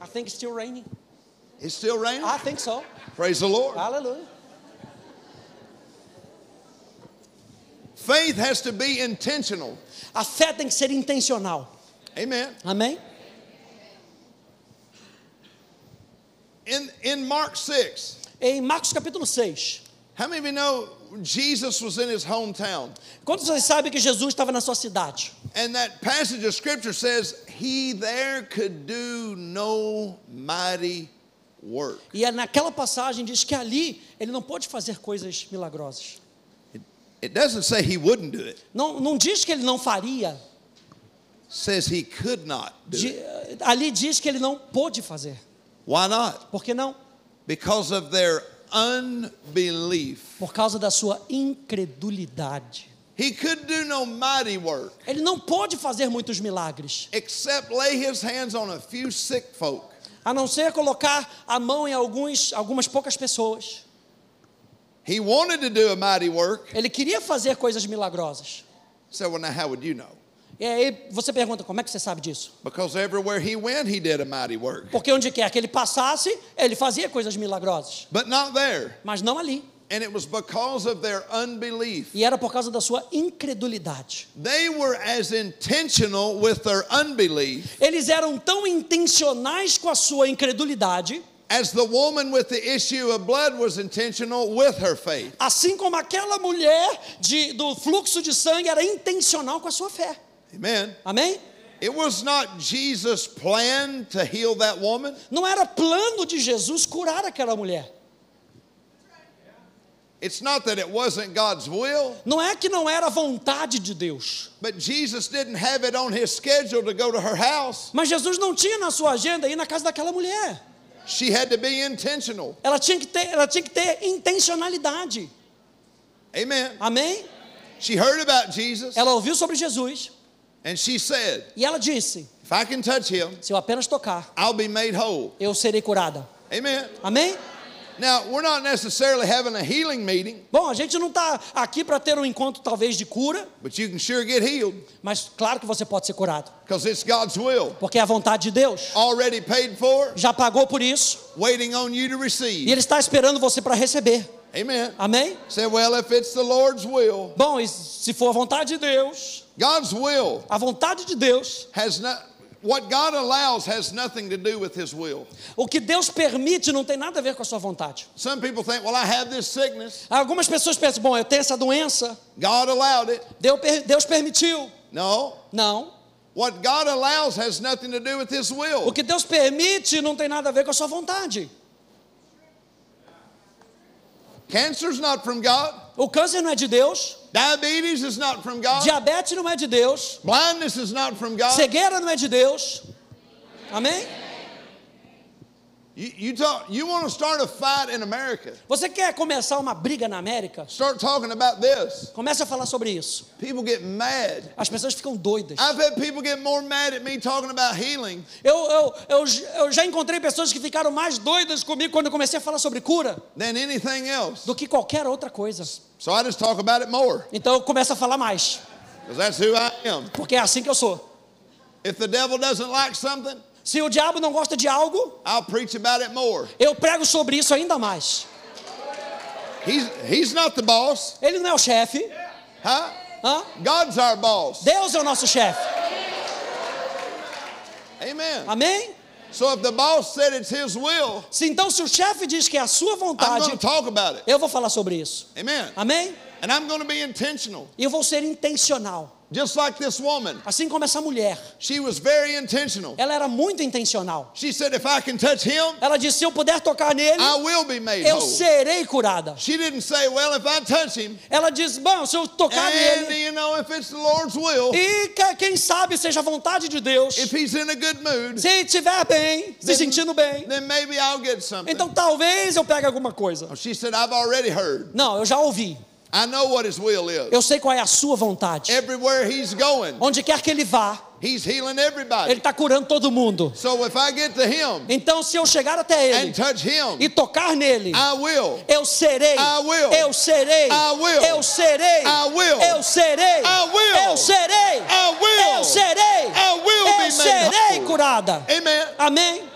Speaker 2: I think it's still raining. Ah,
Speaker 1: It's still raining.
Speaker 2: I think so.
Speaker 1: Praise the Lord.
Speaker 2: Aleluia.
Speaker 1: Faith has to be intentional.
Speaker 2: A fé tem que ser intencional.
Speaker 1: Amen.
Speaker 2: Amém?
Speaker 1: In, in Mark 6,
Speaker 2: Em Marcos capítulo 6.
Speaker 1: how many of you know Jesus was in his hometown?
Speaker 2: Quantos vocês sabem que Jesus estava na sua cidade?
Speaker 1: And that passage of scripture says, He there could do no mighty work.
Speaker 2: E é naquela passagem diz que ali ele não pôde fazer coisas milagrosas.
Speaker 1: It, it doesn't say he wouldn't do it,
Speaker 2: Não, não diz que ele não faria.
Speaker 1: it says he could not do
Speaker 2: Di-
Speaker 1: it.
Speaker 2: ali diz que ele não pôde fazer.
Speaker 1: Why not?
Speaker 2: Por que não?
Speaker 1: Because of their unbelief.
Speaker 2: Por causa da sua incredulidade.
Speaker 1: He could do no mighty work
Speaker 2: Ele não pôde fazer muitos milagres,
Speaker 1: except lay his hands on a few sick folk
Speaker 2: a não ser colocar a mão em alguns, algumas poucas pessoas.
Speaker 1: He wanted to do a mighty work.
Speaker 2: Ele queria fazer coisas milagrosas.
Speaker 1: So, well, now how would you know?
Speaker 2: E aí você pergunta, como é que você sabe disso?
Speaker 1: Because everywhere he went, he did a mighty work.
Speaker 2: Porque onde quer que ele passasse, ele fazia coisas milagrosas,
Speaker 1: But not there.
Speaker 2: mas não ali.
Speaker 1: And it was because of their unbelief.
Speaker 2: E era por causa da sua incredulidade.
Speaker 1: They were as intentional with their unbelief
Speaker 2: Eles eram tão intencionais com a sua incredulidade,
Speaker 1: as the woman with the issue of blood was intentional with her faith.
Speaker 2: assim como aquela mulher de- do fluxo de sangue era intencional com a sua fé.
Speaker 1: Amen.
Speaker 2: Amém?
Speaker 1: It was not Jesus' plan to heal that woman.
Speaker 2: Não era plano de Jesus curar aquela mulher.
Speaker 1: It's not that it wasn't God's will,
Speaker 2: Não é que não era vontade de Deus.
Speaker 1: but Jesus didn't have it on his schedule to go to her house.
Speaker 2: Mas Jesus não tinha na sua agenda ir na casa daquela mulher.
Speaker 1: She had to be intentional.
Speaker 2: Ela tinha que ter, ela tinha que ter intencionalidade.
Speaker 1: Amen.
Speaker 2: Amém?
Speaker 1: She heard about Jesus
Speaker 2: Ela ouviu sobre Jesus
Speaker 1: and she said,
Speaker 2: e ela disse:
Speaker 1: If I can touch him,
Speaker 2: Se eu apenas tocar,
Speaker 1: I'll be made whole.
Speaker 2: eu serei curada.
Speaker 1: Amen.
Speaker 2: Amém?
Speaker 1: Now, we're not necessarily having a healing meeting,
Speaker 2: Bom, a gente não está aqui para ter um encontro talvez de cura,
Speaker 1: but you can sure get healed
Speaker 2: mas claro que você pode ser curado,
Speaker 1: because it's God's will.
Speaker 2: porque é a vontade de Deus.
Speaker 1: Already paid for,
Speaker 2: Já pagou por isso
Speaker 1: waiting on you to
Speaker 2: e
Speaker 1: receive.
Speaker 2: Ele está esperando você para receber.
Speaker 1: Amen.
Speaker 2: Amém?
Speaker 1: Say, well, if it's the Lord's will,
Speaker 2: Bom, e se for a vontade de Deus,
Speaker 1: God's will
Speaker 2: a vontade de Deus,
Speaker 1: has not, what God allows has nothing to do with His will.
Speaker 2: o que Deus permite não tem nada a ver com a sua vontade.
Speaker 1: Some people think, well, I have this sickness,
Speaker 2: Algumas pessoas pensam, bom, eu tenho essa doença,
Speaker 1: God allowed it.
Speaker 2: Deu- per- Deus permitiu.
Speaker 1: No,
Speaker 2: Não.
Speaker 1: what God allows has nothing to do with His
Speaker 2: O
Speaker 1: will.
Speaker 2: que Deus permite não tem nada a ver com a sua vontade.
Speaker 1: Cancer's not from God,
Speaker 2: O câncer não é de Deus,
Speaker 1: diabetes is not from God,
Speaker 2: diabetes não é de Deus,
Speaker 1: blindness is not from God.
Speaker 2: cegueira não é de Deus. Amém?
Speaker 1: You, you, talk, you want to start a fight in America,
Speaker 2: Você quer começar uma briga na América?
Speaker 1: start talking about this.
Speaker 2: Comece a falar sobre isso.
Speaker 1: People get mad.
Speaker 2: As pessoas ficam doidas.
Speaker 1: I've had people get more mad at me talking about healing
Speaker 2: Eu, eu, eu, eu já encontrei pessoas que ficaram mais doidas comigo quando eu comecei a falar sobre cura
Speaker 1: than anything else.
Speaker 2: do que qualquer outra coisa.
Speaker 1: So I just talk about it more
Speaker 2: Então eu começo a falar mais,
Speaker 1: because that's who I am.
Speaker 2: porque é assim que eu sou.
Speaker 1: If the devil doesn't like something,
Speaker 2: Se o diabo não gosta de algo,
Speaker 1: I'll preach about it more.
Speaker 2: eu prego sobre isso ainda mais.
Speaker 1: He's, he's not the boss,
Speaker 2: Ele não é o chefe,
Speaker 1: huh?
Speaker 2: hã?
Speaker 1: God's our boss.
Speaker 2: Deus é o nosso chefe.
Speaker 1: Amen.
Speaker 2: Amém?
Speaker 1: So if the boss said it's his will,
Speaker 2: Se então se o chefe diz que é a sua
Speaker 1: I'm
Speaker 2: vontade,
Speaker 1: going to talk about it.
Speaker 2: eu vou falar sobre isso.
Speaker 1: Amen.
Speaker 2: Amém?
Speaker 1: And I'm going to be intentional,
Speaker 2: E eu vou ser intencional.
Speaker 1: just like this woman.
Speaker 2: Assim como essa mulher,
Speaker 1: She was very intentional.
Speaker 2: ela era muito intencional.
Speaker 1: She said, if I can touch him,
Speaker 2: Ela disse: se eu puder tocar nele,
Speaker 1: I will be made
Speaker 2: eu
Speaker 1: whole.
Speaker 2: serei curada.
Speaker 1: She didn't say, well, if I touch him,
Speaker 2: Ela diz: bom, se eu tocar
Speaker 1: and
Speaker 2: nele,
Speaker 1: you know, if it's the Lord's will,
Speaker 2: e que- quem sabe seja a vontade de Deus,
Speaker 1: if he's in a good mood,
Speaker 2: se estiver bem, se sentindo bem,
Speaker 1: then maybe I'll get something. Oh,
Speaker 2: então talvez eu pegue alguma coisa.
Speaker 1: She said, I've already heard.
Speaker 2: Não, eu já ouvi.
Speaker 1: I know what his will is.
Speaker 2: Eu sei qual é a sua vontade.
Speaker 1: Everywhere he's going,
Speaker 2: Onde quer que ele vá,
Speaker 1: he's healing
Speaker 2: Ele
Speaker 1: everybody.
Speaker 2: está curando todo mundo.
Speaker 1: So if I get to him
Speaker 2: Então, se eu chegar até ele
Speaker 1: and touch
Speaker 2: e
Speaker 1: him,
Speaker 2: tocar nele,
Speaker 1: I will.
Speaker 2: eu serei.
Speaker 1: I Ah. will.
Speaker 2: Eu serei.
Speaker 1: I will.
Speaker 2: Eu serei.
Speaker 1: I will.
Speaker 2: Eu serei.
Speaker 1: I will.
Speaker 2: Eu serei.
Speaker 1: I will.
Speaker 2: Eu serei.
Speaker 1: I will be
Speaker 2: eu
Speaker 1: made
Speaker 2: serei
Speaker 1: whole. É-
Speaker 2: curada.
Speaker 1: Amen.
Speaker 2: Amém?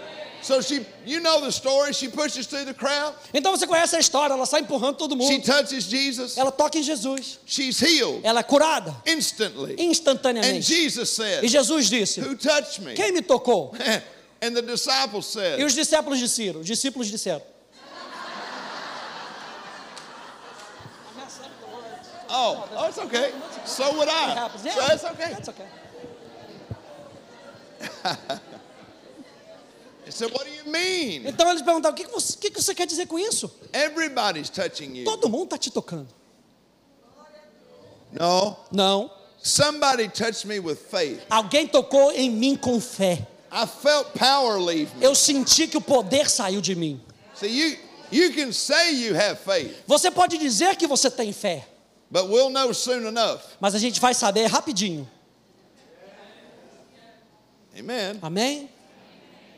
Speaker 1: So she, you know the story. She pushes through the crowd.
Speaker 2: Então você conhece a história, ela sai empurrando todo
Speaker 1: She
Speaker 2: mundo.
Speaker 1: touches Jesus.
Speaker 2: Ela toca em Jesus.
Speaker 1: She's healed
Speaker 2: Ela é curada
Speaker 1: instantly. And
Speaker 2: instantaneamente.
Speaker 1: Jesus
Speaker 2: E
Speaker 1: said,
Speaker 2: Jesus disse:
Speaker 1: Who touched me?
Speaker 2: Quem me tocou?
Speaker 1: And the disciples
Speaker 2: E
Speaker 1: said,
Speaker 2: os discípulos disseram, os discípulos disseram.
Speaker 1: Oh, oh it's okay. So would I. So that's okay.
Speaker 2: é That's okay.
Speaker 1: He said, What do you mean?
Speaker 2: Então eles perguntaram: o que, que você, o que que você quer dizer com isso?
Speaker 1: Everybody's touching you.
Speaker 2: Todo mundo está te tocando.
Speaker 1: No.
Speaker 2: Não.
Speaker 1: Somebody touched me with faith.
Speaker 2: Alguém tocou em mim com fé.
Speaker 1: I felt power leave me.
Speaker 2: Eu senti que o poder saiu de mim.
Speaker 1: See, you you can say you have faith,
Speaker 2: Você pode dizer que você tem fé,
Speaker 1: but we'll know soon enough.
Speaker 2: mas a gente vai saber rapidinho.
Speaker 1: Amen.
Speaker 2: Amém?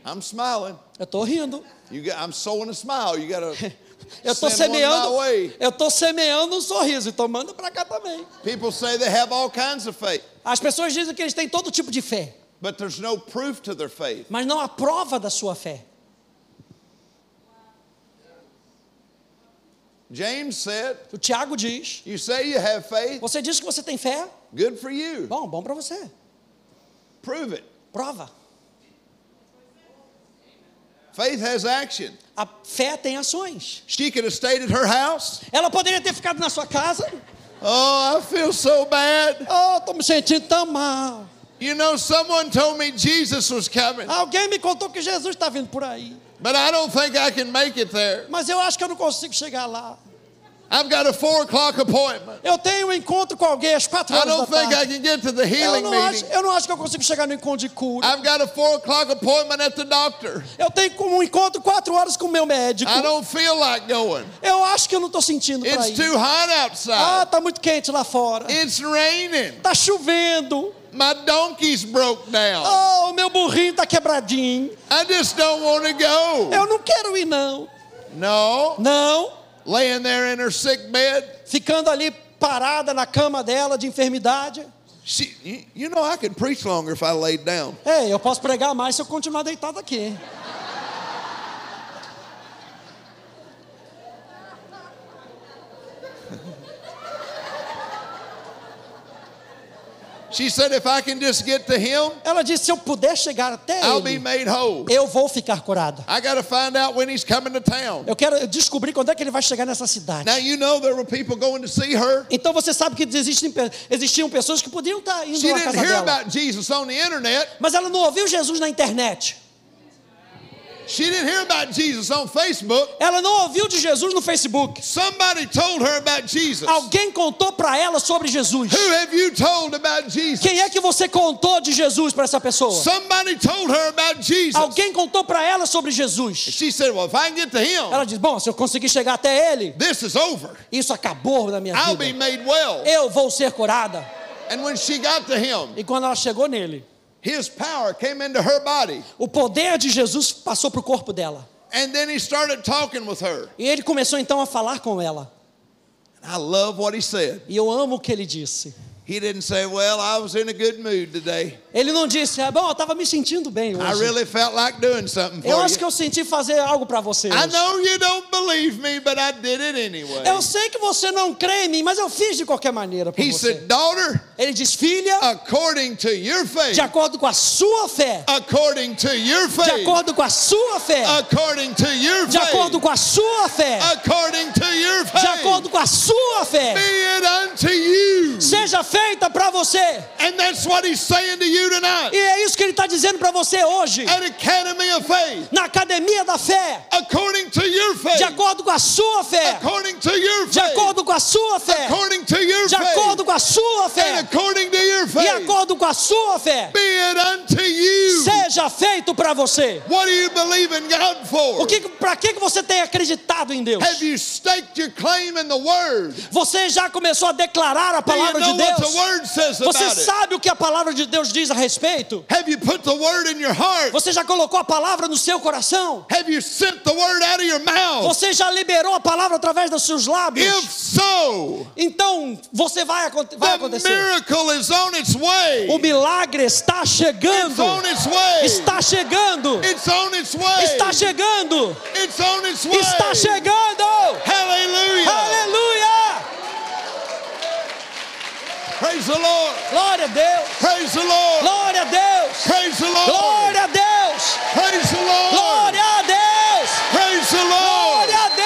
Speaker 1: I'm smiling.
Speaker 2: Eu estou rindo.
Speaker 1: You got, I'm sowing a smile. You got to.
Speaker 2: Eu estou
Speaker 1: send one my
Speaker 2: semeando.
Speaker 1: way.
Speaker 2: Eu estou semeando um sorriso. Então manda para cá também.
Speaker 1: People say they have all kinds of faith,
Speaker 2: As pessoas dizem que eles têm todo tipo de fé,
Speaker 1: but there's no proof to their faith.
Speaker 2: mas não há prova da sua fé.
Speaker 1: James said,
Speaker 2: O Tiago diz:
Speaker 1: You say you have faith,
Speaker 2: Você diz que você tem fé?
Speaker 1: good for you.
Speaker 2: Bom, bom para você.
Speaker 1: Prove it.
Speaker 2: Prova.
Speaker 1: Faith has action.
Speaker 2: A fé tem ações.
Speaker 1: She could have stayed at her house.
Speaker 2: Ela poderia ter ficado na sua casa.
Speaker 1: Oh, I feel so bad.
Speaker 2: Oh, estou me sentindo tão mal.
Speaker 1: You know, someone told me Jesus was coming,
Speaker 2: Alguém me contou que Jesus está vindo por aí.
Speaker 1: but I don't think I can make it there.
Speaker 2: Mas eu acho que eu não consigo chegar lá.
Speaker 1: I've got a four o'clock appointment.
Speaker 2: Eu tenho um encontro com alguém às quatro
Speaker 1: I
Speaker 2: horas da
Speaker 1: don't think I
Speaker 2: tarde.
Speaker 1: can get to the
Speaker 2: Eu
Speaker 1: healing
Speaker 2: não, acho,
Speaker 1: meeting.
Speaker 2: eu não acho que eu consigo chegar no encontro de cura.
Speaker 1: I've got a four o'clock appointment at the doctor.
Speaker 2: Eu tenho como um encontro quatro horas com o meu médico.
Speaker 1: I don't feel like going.
Speaker 2: Eu acho que eu não estou sentindo para
Speaker 1: Ah, It's
Speaker 2: ir.
Speaker 1: too hot
Speaker 2: Ah,
Speaker 1: outside.
Speaker 2: tá muito quente lá fora.
Speaker 1: It's raining.
Speaker 2: Tá chovendo.
Speaker 1: My donkey's broke down.
Speaker 2: Oh, meu burrinho tá quebradinho.
Speaker 1: I just don't want to go.
Speaker 2: Eu não quero ir não.
Speaker 1: No,
Speaker 2: Não,
Speaker 1: laying there in her sick bed.
Speaker 2: ficando ali parada na cama dela de enfermidade.
Speaker 1: She, you- you know, I could preach longer if I laid down.
Speaker 2: Ei, eu posso pregar mais se eu continuar deitado aqui.
Speaker 1: She said, if I can just get to him,
Speaker 2: Ela disse: se eu puder chegar até
Speaker 1: I'll be
Speaker 2: ele,
Speaker 1: made whole.
Speaker 2: eu vou ficar curada.
Speaker 1: I got to find out when he's coming to town.
Speaker 2: Eu quero descobrir quando é que ele vai chegar nessa cidade.
Speaker 1: Now, you know, there were people going to see her.
Speaker 2: Então você sabe que existem pe- existiam pessoas que podiam estar indo
Speaker 1: She
Speaker 2: na
Speaker 1: didn't
Speaker 2: casa
Speaker 1: hear
Speaker 2: dela.
Speaker 1: about Jesus on the internet.
Speaker 2: Mas ela não ouviu Jesus na internet.
Speaker 1: She didn't hear about Jesus on Facebook.
Speaker 2: Ela não ouviu de Jesus no Facebook.
Speaker 1: Somebody told her about Jesus.
Speaker 2: Alguém contou para ela sobre Jesus.
Speaker 1: Who have you told about Jesus?
Speaker 2: Quem é que você contou de Jesus para essa pessoa?
Speaker 1: Somebody told her about Jesus.
Speaker 2: Alguém contou para ela sobre Jesus.
Speaker 1: She said, Well, if I can get to him,
Speaker 2: Ela diz: Bom, se eu conseguir chegar até ele,
Speaker 1: this is over.
Speaker 2: isso acabou na minha
Speaker 1: I'll be
Speaker 2: vida.
Speaker 1: made well.
Speaker 2: Eu vou ser curada.
Speaker 1: And when she got to him,
Speaker 2: E quando ela chegou nele,
Speaker 1: his power came into her body.
Speaker 2: o poder de Jesus passou para o corpo dela.
Speaker 1: And then he started talking with her.
Speaker 2: E ele começou então a falar com ela.
Speaker 1: And I love what he said.
Speaker 2: E eu amo o que ele disse.
Speaker 1: He didn't say, Well, I was in a good mood today.
Speaker 2: Ele não disse, ah, bom, eu estava me sentindo bem
Speaker 1: I
Speaker 2: hoje.
Speaker 1: really felt like doing something for
Speaker 2: Eu acho que
Speaker 1: you.
Speaker 2: eu senti fazer algo para você
Speaker 1: I
Speaker 2: hoje.
Speaker 1: know you don't believe me, but I did it anyway.
Speaker 2: Eu sei que você não crê em mim, mas eu fiz de qualquer maneira por
Speaker 1: He
Speaker 2: você.
Speaker 1: said, Daughter,
Speaker 2: Ele diz, filha,
Speaker 1: according to your faith,
Speaker 2: de acordo com a sua fé,
Speaker 1: according to your
Speaker 2: de
Speaker 1: faith,
Speaker 2: acordo com a sua fé,
Speaker 1: according to your
Speaker 2: de
Speaker 1: faith,
Speaker 2: acordo com a sua fé,
Speaker 1: according to your
Speaker 2: de
Speaker 1: faith,
Speaker 2: acordo com a sua
Speaker 1: be
Speaker 2: fé,
Speaker 1: it unto you.
Speaker 2: seja feita para você.
Speaker 1: And that's what he's saying to you
Speaker 2: E
Speaker 1: tonight
Speaker 2: é isso que ele está dizendo para você hoje,
Speaker 1: at Academy of Faith,
Speaker 2: na academia da fé,
Speaker 1: according to your
Speaker 2: de
Speaker 1: faith,
Speaker 2: acordo com a sua fé,
Speaker 1: according to your
Speaker 2: de
Speaker 1: faith,
Speaker 2: acordo com a sua fé,
Speaker 1: according to your
Speaker 2: de
Speaker 1: faith,
Speaker 2: acordo com a sua
Speaker 1: and
Speaker 2: fé,
Speaker 1: according to your
Speaker 2: de
Speaker 1: faith,
Speaker 2: acordo com a sua fé,
Speaker 1: be it unto you.
Speaker 2: seja feito para você.
Speaker 1: What do you believe in God for?
Speaker 2: O que, para que que você tem acreditado em Deus?
Speaker 1: Have you staked your claim in the Word?
Speaker 2: Você já começou a declarar a
Speaker 1: Do you
Speaker 2: palavra de
Speaker 1: know what the
Speaker 2: Deus?
Speaker 1: Word says about
Speaker 2: Você
Speaker 1: it?
Speaker 2: sabe o que a palavra de Deus diz a respeito?
Speaker 1: Have you put the Word in your heart?
Speaker 2: Você já colocou a palavra no seu coração?
Speaker 1: Have you sent the Word out of your mouth?
Speaker 2: Você já liberou a palavra através dos seus
Speaker 1: Oh. If
Speaker 2: lábios?
Speaker 1: so,
Speaker 2: Então, você vai, aconte- vai
Speaker 1: the
Speaker 2: acontecer.
Speaker 1: miracle is on its
Speaker 2: O
Speaker 1: way.
Speaker 2: milagre está
Speaker 1: It's
Speaker 2: chegando.
Speaker 1: on its way.
Speaker 2: Está chegando.
Speaker 1: It's on its way.
Speaker 2: Está chegando.
Speaker 1: It's on its way.
Speaker 2: Está chegando.
Speaker 1: Hallelujah.
Speaker 2: Aleluia!
Speaker 1: Praise the Lord.
Speaker 2: Glória a Deus.
Speaker 1: Praise the Lord.
Speaker 2: Glória a Deus.
Speaker 1: Praise the Lord.
Speaker 2: Glória a Deus.
Speaker 1: Praise the Lord.
Speaker 2: Glória a Deus!
Speaker 1: Praise the Lord.
Speaker 2: Glória a Deus!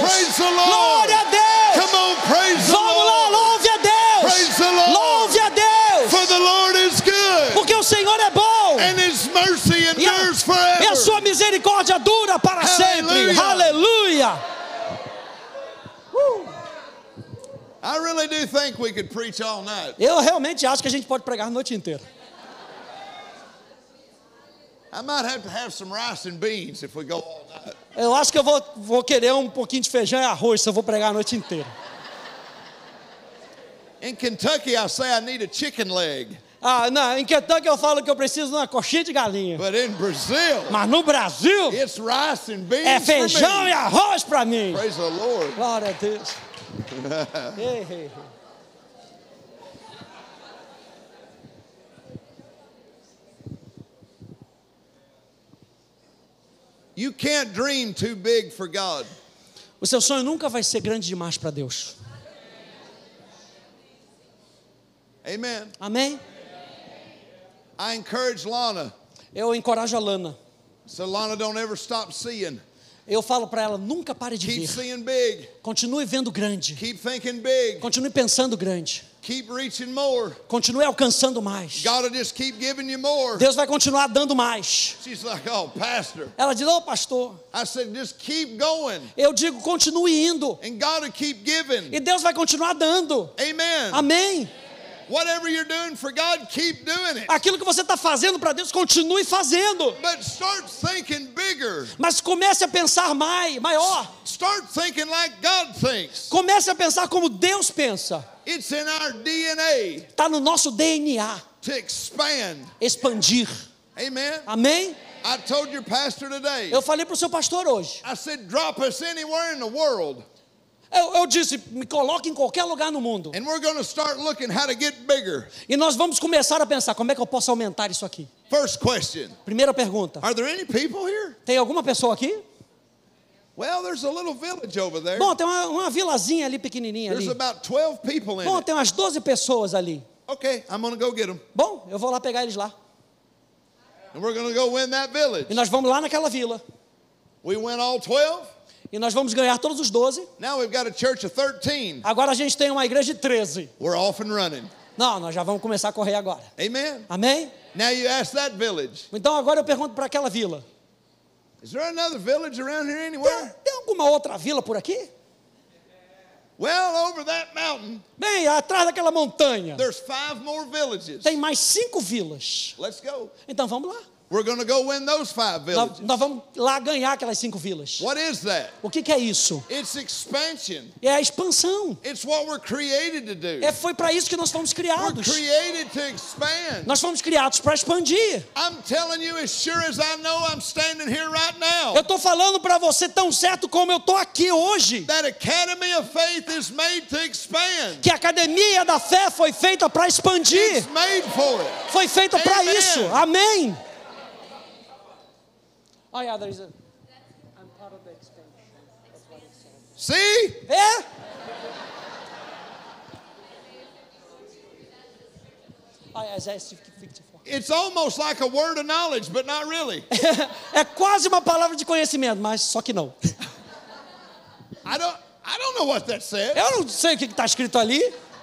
Speaker 1: Praise the Lord.
Speaker 2: Glória a Deus!
Speaker 1: Come on, praise the
Speaker 2: Vamos lá,
Speaker 1: Lord.
Speaker 2: louve a Deus!
Speaker 1: Praise the Lord.
Speaker 2: Louve a Deus!
Speaker 1: For the Lord is good.
Speaker 2: Porque o Senhor é bom!
Speaker 1: And his mercy
Speaker 2: E a,
Speaker 1: endures
Speaker 2: e a
Speaker 1: forever.
Speaker 2: sua misericórdia dura para sempre!
Speaker 1: Aleluia.
Speaker 2: Aleluia!
Speaker 1: I really do think we could preach all night.
Speaker 2: Eu realmente acho que a gente pode pregar a noite inteira.
Speaker 1: I might have to have some rice and beans if we go all night.
Speaker 2: Eu acho que eu vou, vou querer um pouquinho de feijão e arroz se eu vou pregar a noite inteira.
Speaker 1: In Kentucky, I say I need a chicken leg.
Speaker 2: Ah, não, em Kentucky eu falo que eu preciso de uma coxinha de galinha.
Speaker 1: But in Brazil,
Speaker 2: Mas no Brasil
Speaker 1: it's rice and beans.
Speaker 2: é
Speaker 1: for
Speaker 2: feijão
Speaker 1: me.
Speaker 2: e arroz para mim.
Speaker 1: Praise the Lord.
Speaker 2: Glória a Deus. Ei, ei, ei.
Speaker 1: You can't dream too big for God.
Speaker 2: O seu sonho nunca vai ser grande demais para Deus.
Speaker 1: Amen.
Speaker 2: Amém?
Speaker 1: I encourage Lana.
Speaker 2: Eu encorajo a Lana.
Speaker 1: So Lana, don't ever stop seeing.
Speaker 2: Eu falo para ela, nunca pare de
Speaker 1: Keep
Speaker 2: vir.
Speaker 1: seeing big.
Speaker 2: Continue vendo grande.
Speaker 1: Keep thinking big.
Speaker 2: Continue pensando grande.
Speaker 1: Keep reaching more.
Speaker 2: Continue alcançando mais.
Speaker 1: God will just keep giving you more.
Speaker 2: Deus vai continuar dando mais.
Speaker 1: She's like, oh, pastor.
Speaker 2: Ela diz: Ô pastor,
Speaker 1: I said, just keep going.
Speaker 2: eu digo, continue indo.
Speaker 1: And God will keep giving.
Speaker 2: E Deus vai continuar dando.
Speaker 1: Amen.
Speaker 2: Amém.
Speaker 1: Whatever you're doing for God, keep doing it.
Speaker 2: Aquilo que você está fazendo para Deus, continue fazendo.
Speaker 1: But start thinking bigger.
Speaker 2: Mas comece a pensar mais, maior.
Speaker 1: Start thinking like God thinks.
Speaker 2: Comece a pensar como Deus pensa.
Speaker 1: It's in our DNA
Speaker 2: Está no nosso DNA
Speaker 1: to expand.
Speaker 2: expandir.
Speaker 1: Amen.
Speaker 2: Amém?
Speaker 1: I told your pastor today.
Speaker 2: Eu falei para o seu pastor hoje.
Speaker 1: I said, drop us anywhere in the world,
Speaker 2: Eu, eu disse: me coloque em qualquer lugar no mundo.
Speaker 1: and we're going to start looking how to get bigger.
Speaker 2: E nós vamos começar a pensar: como é que eu posso aumentar isso aqui?
Speaker 1: First question
Speaker 2: Primeira pergunta:
Speaker 1: Are there any people here?
Speaker 2: tem alguma pessoa aqui?
Speaker 1: Well, there's a little village over there.
Speaker 2: Bom, tem uma, uma vilazinha ali pequenininha ali.
Speaker 1: There's about 12 people in
Speaker 2: Bom,
Speaker 1: it.
Speaker 2: tem umas 12 pessoas ali.
Speaker 1: Okay, I'm going to go get them,
Speaker 2: Bom, eu vou lá pegar eles lá.
Speaker 1: and we're going to go win that village.
Speaker 2: E nós vamos lá naquela vila.
Speaker 1: We win all 12.
Speaker 2: E nós vamos ganhar todos os 12.
Speaker 1: Now we've got a church of 13.
Speaker 2: Agora a gente tem uma igreja de 13.
Speaker 1: We're off and running.
Speaker 2: Não, nós já vamos começar a correr agora.
Speaker 1: Amen.
Speaker 2: Amém?
Speaker 1: Now you ask that village.
Speaker 2: Então agora eu pergunto para aquela vila.
Speaker 1: Is there another village around here
Speaker 2: Tem,
Speaker 1: anywhere?
Speaker 2: tem alguma outra vila por aqui?
Speaker 1: Well, over that mountain,
Speaker 2: Bem, atrás daquela montanha.
Speaker 1: there's five more villages.
Speaker 2: Tem mais cinco vilas.
Speaker 1: Let's go.
Speaker 2: Então vamos lá.
Speaker 1: We're going to go win those five
Speaker 2: Nós,
Speaker 1: villages.
Speaker 2: nós vamos lá ganhar aquelas cinco vilas.
Speaker 1: What is that?
Speaker 2: O que, que é isso?
Speaker 1: It's expansion.
Speaker 2: É a expansão.
Speaker 1: It's what we're created to do.
Speaker 2: É, foi para isso que nós fomos
Speaker 1: We're
Speaker 2: criados.
Speaker 1: created to expand.
Speaker 2: Nós fomos criados para expandir.
Speaker 1: I'm telling you, as sure as I know I'm standing here right
Speaker 2: Eu
Speaker 1: now,
Speaker 2: estou falando para você tão certo como eu estou aqui hoje.
Speaker 1: that Academy of Faith is made to expand.
Speaker 2: Que a academia da fé foi feita para expandir.
Speaker 1: It's made for it.
Speaker 2: Foi feita para
Speaker 1: Amen.
Speaker 2: isso. Amém. Oh, yeah, there is a-
Speaker 1: See?
Speaker 2: É? Ah, yeah, it's- it's 54.
Speaker 1: It's almost like a word of knowledge, but not really.
Speaker 2: É quase uma palavra de conhecimento, mas só que não.
Speaker 1: I don't I don't know what that said,
Speaker 2: Eu não sei o que está escrito ali,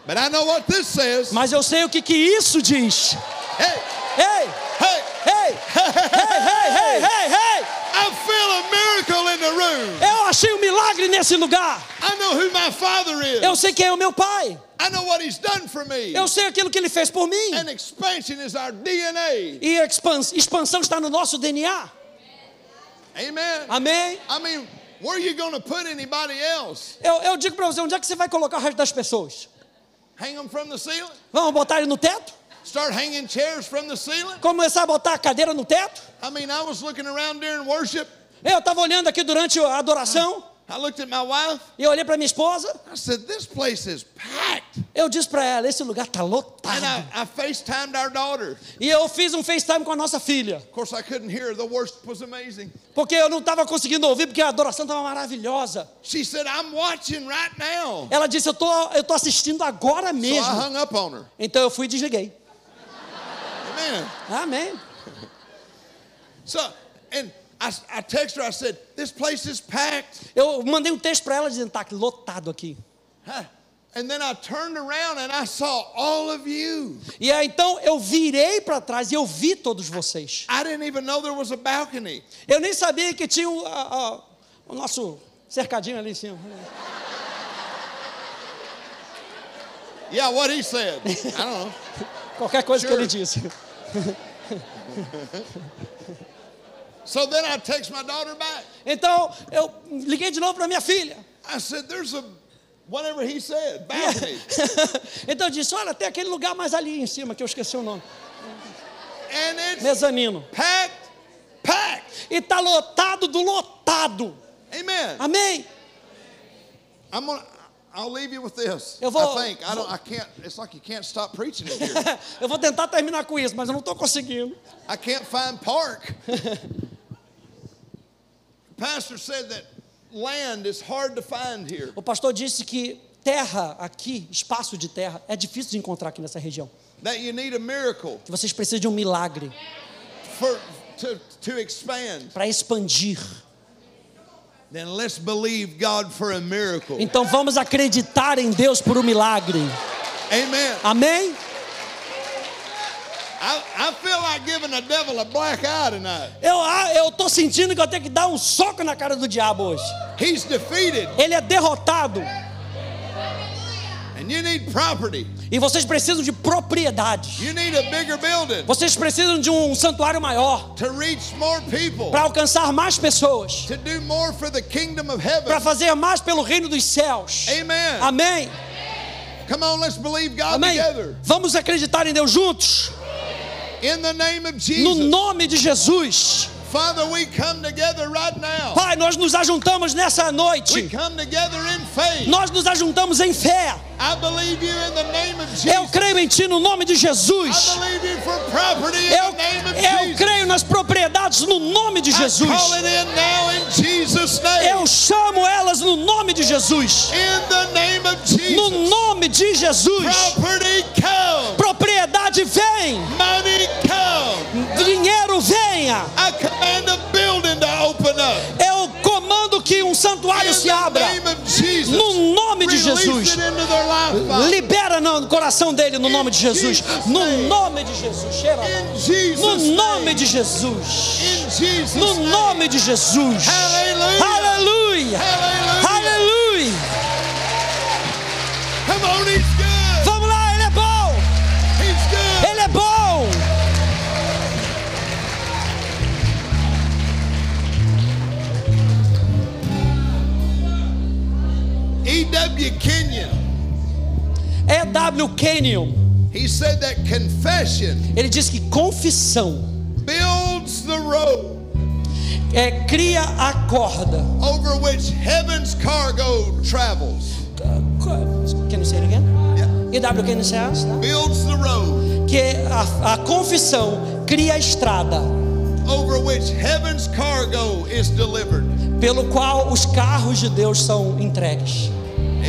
Speaker 1: but I know what this says.
Speaker 2: mas eu sei o que, que isso diz.
Speaker 1: Hey,
Speaker 2: Ei,
Speaker 1: hey,
Speaker 2: ei, ei, ei, ei, ei, ei.
Speaker 1: I feel a miracle in the room.
Speaker 2: Eu achei um milagre nesse lugar.
Speaker 1: I know who my father is.
Speaker 2: Eu sei quem é o meu pai.
Speaker 1: I know what he's done for me.
Speaker 2: Eu sei aquilo que ele fez por mim.
Speaker 1: And expansion is our DNA.
Speaker 2: E a expans- expansão está no nosso DNA.
Speaker 1: Amen.
Speaker 2: Amém?
Speaker 1: I mean, where are you going to put anybody else?
Speaker 2: Eu, eu digo para você, onde é que você vai colocar o resto das pessoas?
Speaker 1: Hang them from the ceiling?
Speaker 2: Vamos botar ele no teto?
Speaker 1: Start hanging chairs from the ceiling?
Speaker 2: Começar a botar a cadeira no teto?
Speaker 1: I mean, I was looking around during worship.
Speaker 2: Eu estava olhando aqui durante a adoração
Speaker 1: I looked at my wife.
Speaker 2: e eu olhei para minha esposa.
Speaker 1: I said, This place is packed.
Speaker 2: Eu disse para ela, esse lugar tá
Speaker 1: And
Speaker 2: lotado.
Speaker 1: I, I FaceTimed our daughter.
Speaker 2: E eu fiz um FaceTime com a nossa filha,
Speaker 1: Of course, I couldn't hear her. The worship was amazing.
Speaker 2: porque eu não estava conseguindo ouvir, porque a adoração estava maravilhosa.
Speaker 1: She said, I'm watching right now.
Speaker 2: Ela disse, eu tô, eu tô assistindo agora
Speaker 1: So I
Speaker 2: mesmo.
Speaker 1: hung up on her.
Speaker 2: Então eu fui e desliguei.
Speaker 1: Amen.
Speaker 2: Amém.
Speaker 1: So, and I, I texted her, I said, This place is packed.
Speaker 2: Eu mandei um texto para ela dizendo, tá lotado aqui.
Speaker 1: Huh. And then I turned around and I saw all of you.
Speaker 2: E aí então eu virei para trás e eu vi todos vocês.
Speaker 1: I didn't even know there was a balcony.
Speaker 2: Eu nem sabia que tinha o, a- a- o nosso cercadinho ali em cima. né?
Speaker 1: Yeah, what he said. I don't know.
Speaker 2: Qualquer coisa que
Speaker 1: Sure.
Speaker 2: ele disse.
Speaker 1: So then I text my daughter back.
Speaker 2: Então eu liguei de novo para minha filha.
Speaker 1: I said, There's a Whatever he said, bound me.
Speaker 2: então eu disse: olha, tem aquele lugar mais ali em cima, que eu esqueci o nome.
Speaker 1: And it's
Speaker 2: Mezanino.
Speaker 1: packed, packed.
Speaker 2: E está lotado do lotado.
Speaker 1: Amen.
Speaker 2: Amém?
Speaker 1: I'm gonna. I'll leave you with this.
Speaker 2: Eu vou-
Speaker 1: I think I don't. I can't. It's like you can't stop preaching it here.
Speaker 2: eu vou tentar terminar com isso, mas eu não estou conseguindo.
Speaker 1: I can't find park. Pastor said that land is hard to find here.
Speaker 2: O pastor disse que terra aqui, espaço de terra, é difícil de encontrar aqui nessa região.
Speaker 1: That you need a miracle
Speaker 2: Que vocês precisam de um milagre
Speaker 1: for to to expand.
Speaker 2: para expandir.
Speaker 1: Then let's believe God for a miracle.
Speaker 2: Então vamos acreditar em Deus por um milagre.
Speaker 1: Amen.
Speaker 2: Amém?
Speaker 1: I, I feel like giving the devil a black eye tonight.
Speaker 2: Eu ah, eu tô sentindo que eu tenho que dar um soco na cara do diabo hoje.
Speaker 1: He's defeated,
Speaker 2: Ele é derrotado
Speaker 1: and you need property.
Speaker 2: e vocês precisam de propriedade.
Speaker 1: You need a bigger building
Speaker 2: Vocês precisam de um santuário maior
Speaker 1: to reach more people,
Speaker 2: para alcançar mais pessoas,
Speaker 1: to do more for the kingdom of
Speaker 2: para
Speaker 1: heaven.
Speaker 2: fazer mais pelo reino dos céus.
Speaker 1: Amen.
Speaker 2: Amém.
Speaker 1: Come on, let's believe God
Speaker 2: Amém.
Speaker 1: together.
Speaker 2: Vamos acreditar em Deus juntos.
Speaker 1: In the name of
Speaker 2: No
Speaker 1: Jesus.
Speaker 2: nome de Jesus.
Speaker 1: Father, we come together right now.
Speaker 2: Pai, nós nos ajuntamos nessa
Speaker 1: We
Speaker 2: noite.
Speaker 1: come together in faith.
Speaker 2: Nós nos ajuntamos em fé.
Speaker 1: I believe you in the name of
Speaker 2: Eu
Speaker 1: Jesus.
Speaker 2: creio em Ti no nome de Jesus.
Speaker 1: I believe you for property in
Speaker 2: Eu,
Speaker 1: the name of
Speaker 2: eu
Speaker 1: Jesus.
Speaker 2: creio nas propriedades no nome de
Speaker 1: I call
Speaker 2: Jesus.
Speaker 1: it in now in Jesus' name.
Speaker 2: Eu chamo elas no nome de Jesus.
Speaker 1: In the name of
Speaker 2: No
Speaker 1: Jesus.
Speaker 2: nome de Jesus.
Speaker 1: Property come.
Speaker 2: Propriedade vem.
Speaker 1: Money come.
Speaker 2: Dinheiro venha.
Speaker 1: I command a building to open up.
Speaker 2: Eu comando que um santuário
Speaker 1: In
Speaker 2: se
Speaker 1: the
Speaker 2: abra.
Speaker 1: name of Jesus.
Speaker 2: No nome de
Speaker 1: Release
Speaker 2: Jesus.
Speaker 1: it into their life, Father.
Speaker 2: Libera no coração dele no nome de Jesus.
Speaker 1: Jesus'
Speaker 2: No
Speaker 1: name.
Speaker 2: nome de Jesus. Cheira lá.
Speaker 1: In
Speaker 2: No
Speaker 1: Jesus'
Speaker 2: nome
Speaker 1: name.
Speaker 2: de Jesus.
Speaker 1: In Jesus'
Speaker 2: No
Speaker 1: name.
Speaker 2: nome de Jesus.
Speaker 1: Hallelujah.
Speaker 2: Aleluia.
Speaker 1: Hallelujah.
Speaker 2: Aleluia.
Speaker 1: Come on, he's good.
Speaker 2: Vamos lá, ele é bom.
Speaker 1: He's good.
Speaker 2: Ele é bom. Eh.
Speaker 1: E.W. E Kenyon.
Speaker 2: É E.W. Kenyon.
Speaker 1: He said that confession
Speaker 2: Ele diz que confissão
Speaker 1: builds the road
Speaker 2: é cria a corda.
Speaker 1: over which heaven's cargo travels.
Speaker 2: Can you say it again? E.W. Kenyon says that?
Speaker 1: Builds the road
Speaker 2: né? que a, a confissão cria a estrada
Speaker 1: over which heaven's cargo is delivered.
Speaker 2: pelo qual os carros de Deus são entregues.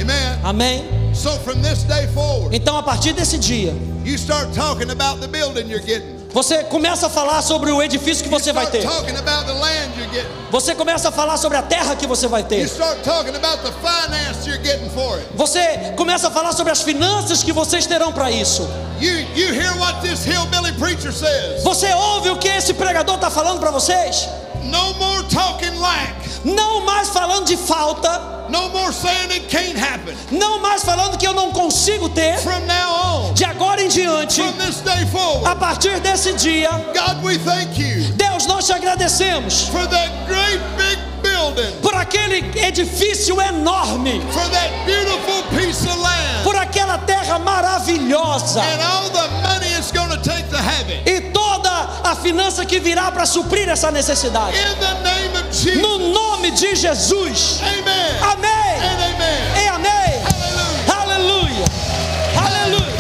Speaker 1: Amen.
Speaker 2: Amém?
Speaker 1: So from this day forward,
Speaker 2: Então, a partir desse dia,
Speaker 1: you start talking about the building you're getting.
Speaker 2: Você começa a falar sobre o edifício que você vai
Speaker 1: Start
Speaker 2: ter.
Speaker 1: talking about the land you're getting.
Speaker 2: Você começa a falar sobre a terra que você vai
Speaker 1: You
Speaker 2: ter.
Speaker 1: start talking about the finance you're getting for it.
Speaker 2: Você começa a falar sobre as finanças que vocês terão para isso.
Speaker 1: You you hear what this hillbilly preacher says.
Speaker 2: Você ouve o que esse pregador está falando para vocês?
Speaker 1: No more talking lack.
Speaker 2: Não mais falando de falta,
Speaker 1: No more saying it can't happen.
Speaker 2: não mais falando que eu não consigo ter.
Speaker 1: From now on,
Speaker 2: De agora em diante,
Speaker 1: from this day forward,
Speaker 2: a partir desse dia,
Speaker 1: God, we thank you
Speaker 2: Deus, nós te agradecemos
Speaker 1: for that great big building,
Speaker 2: por aquele edifício enorme,
Speaker 1: for that beautiful piece of land,
Speaker 2: por aquela terra maravilhosa.
Speaker 1: and all the money it's going to take to have it.
Speaker 2: e toda a finança que virá para suprir essa necessidade.
Speaker 1: In the name of
Speaker 2: No
Speaker 1: Jesus.
Speaker 2: nome de Jesus.
Speaker 1: Amen.
Speaker 2: Amém.
Speaker 1: And amen.
Speaker 2: E amém.
Speaker 1: Hallelujah.
Speaker 2: Aleluia. Aleluia.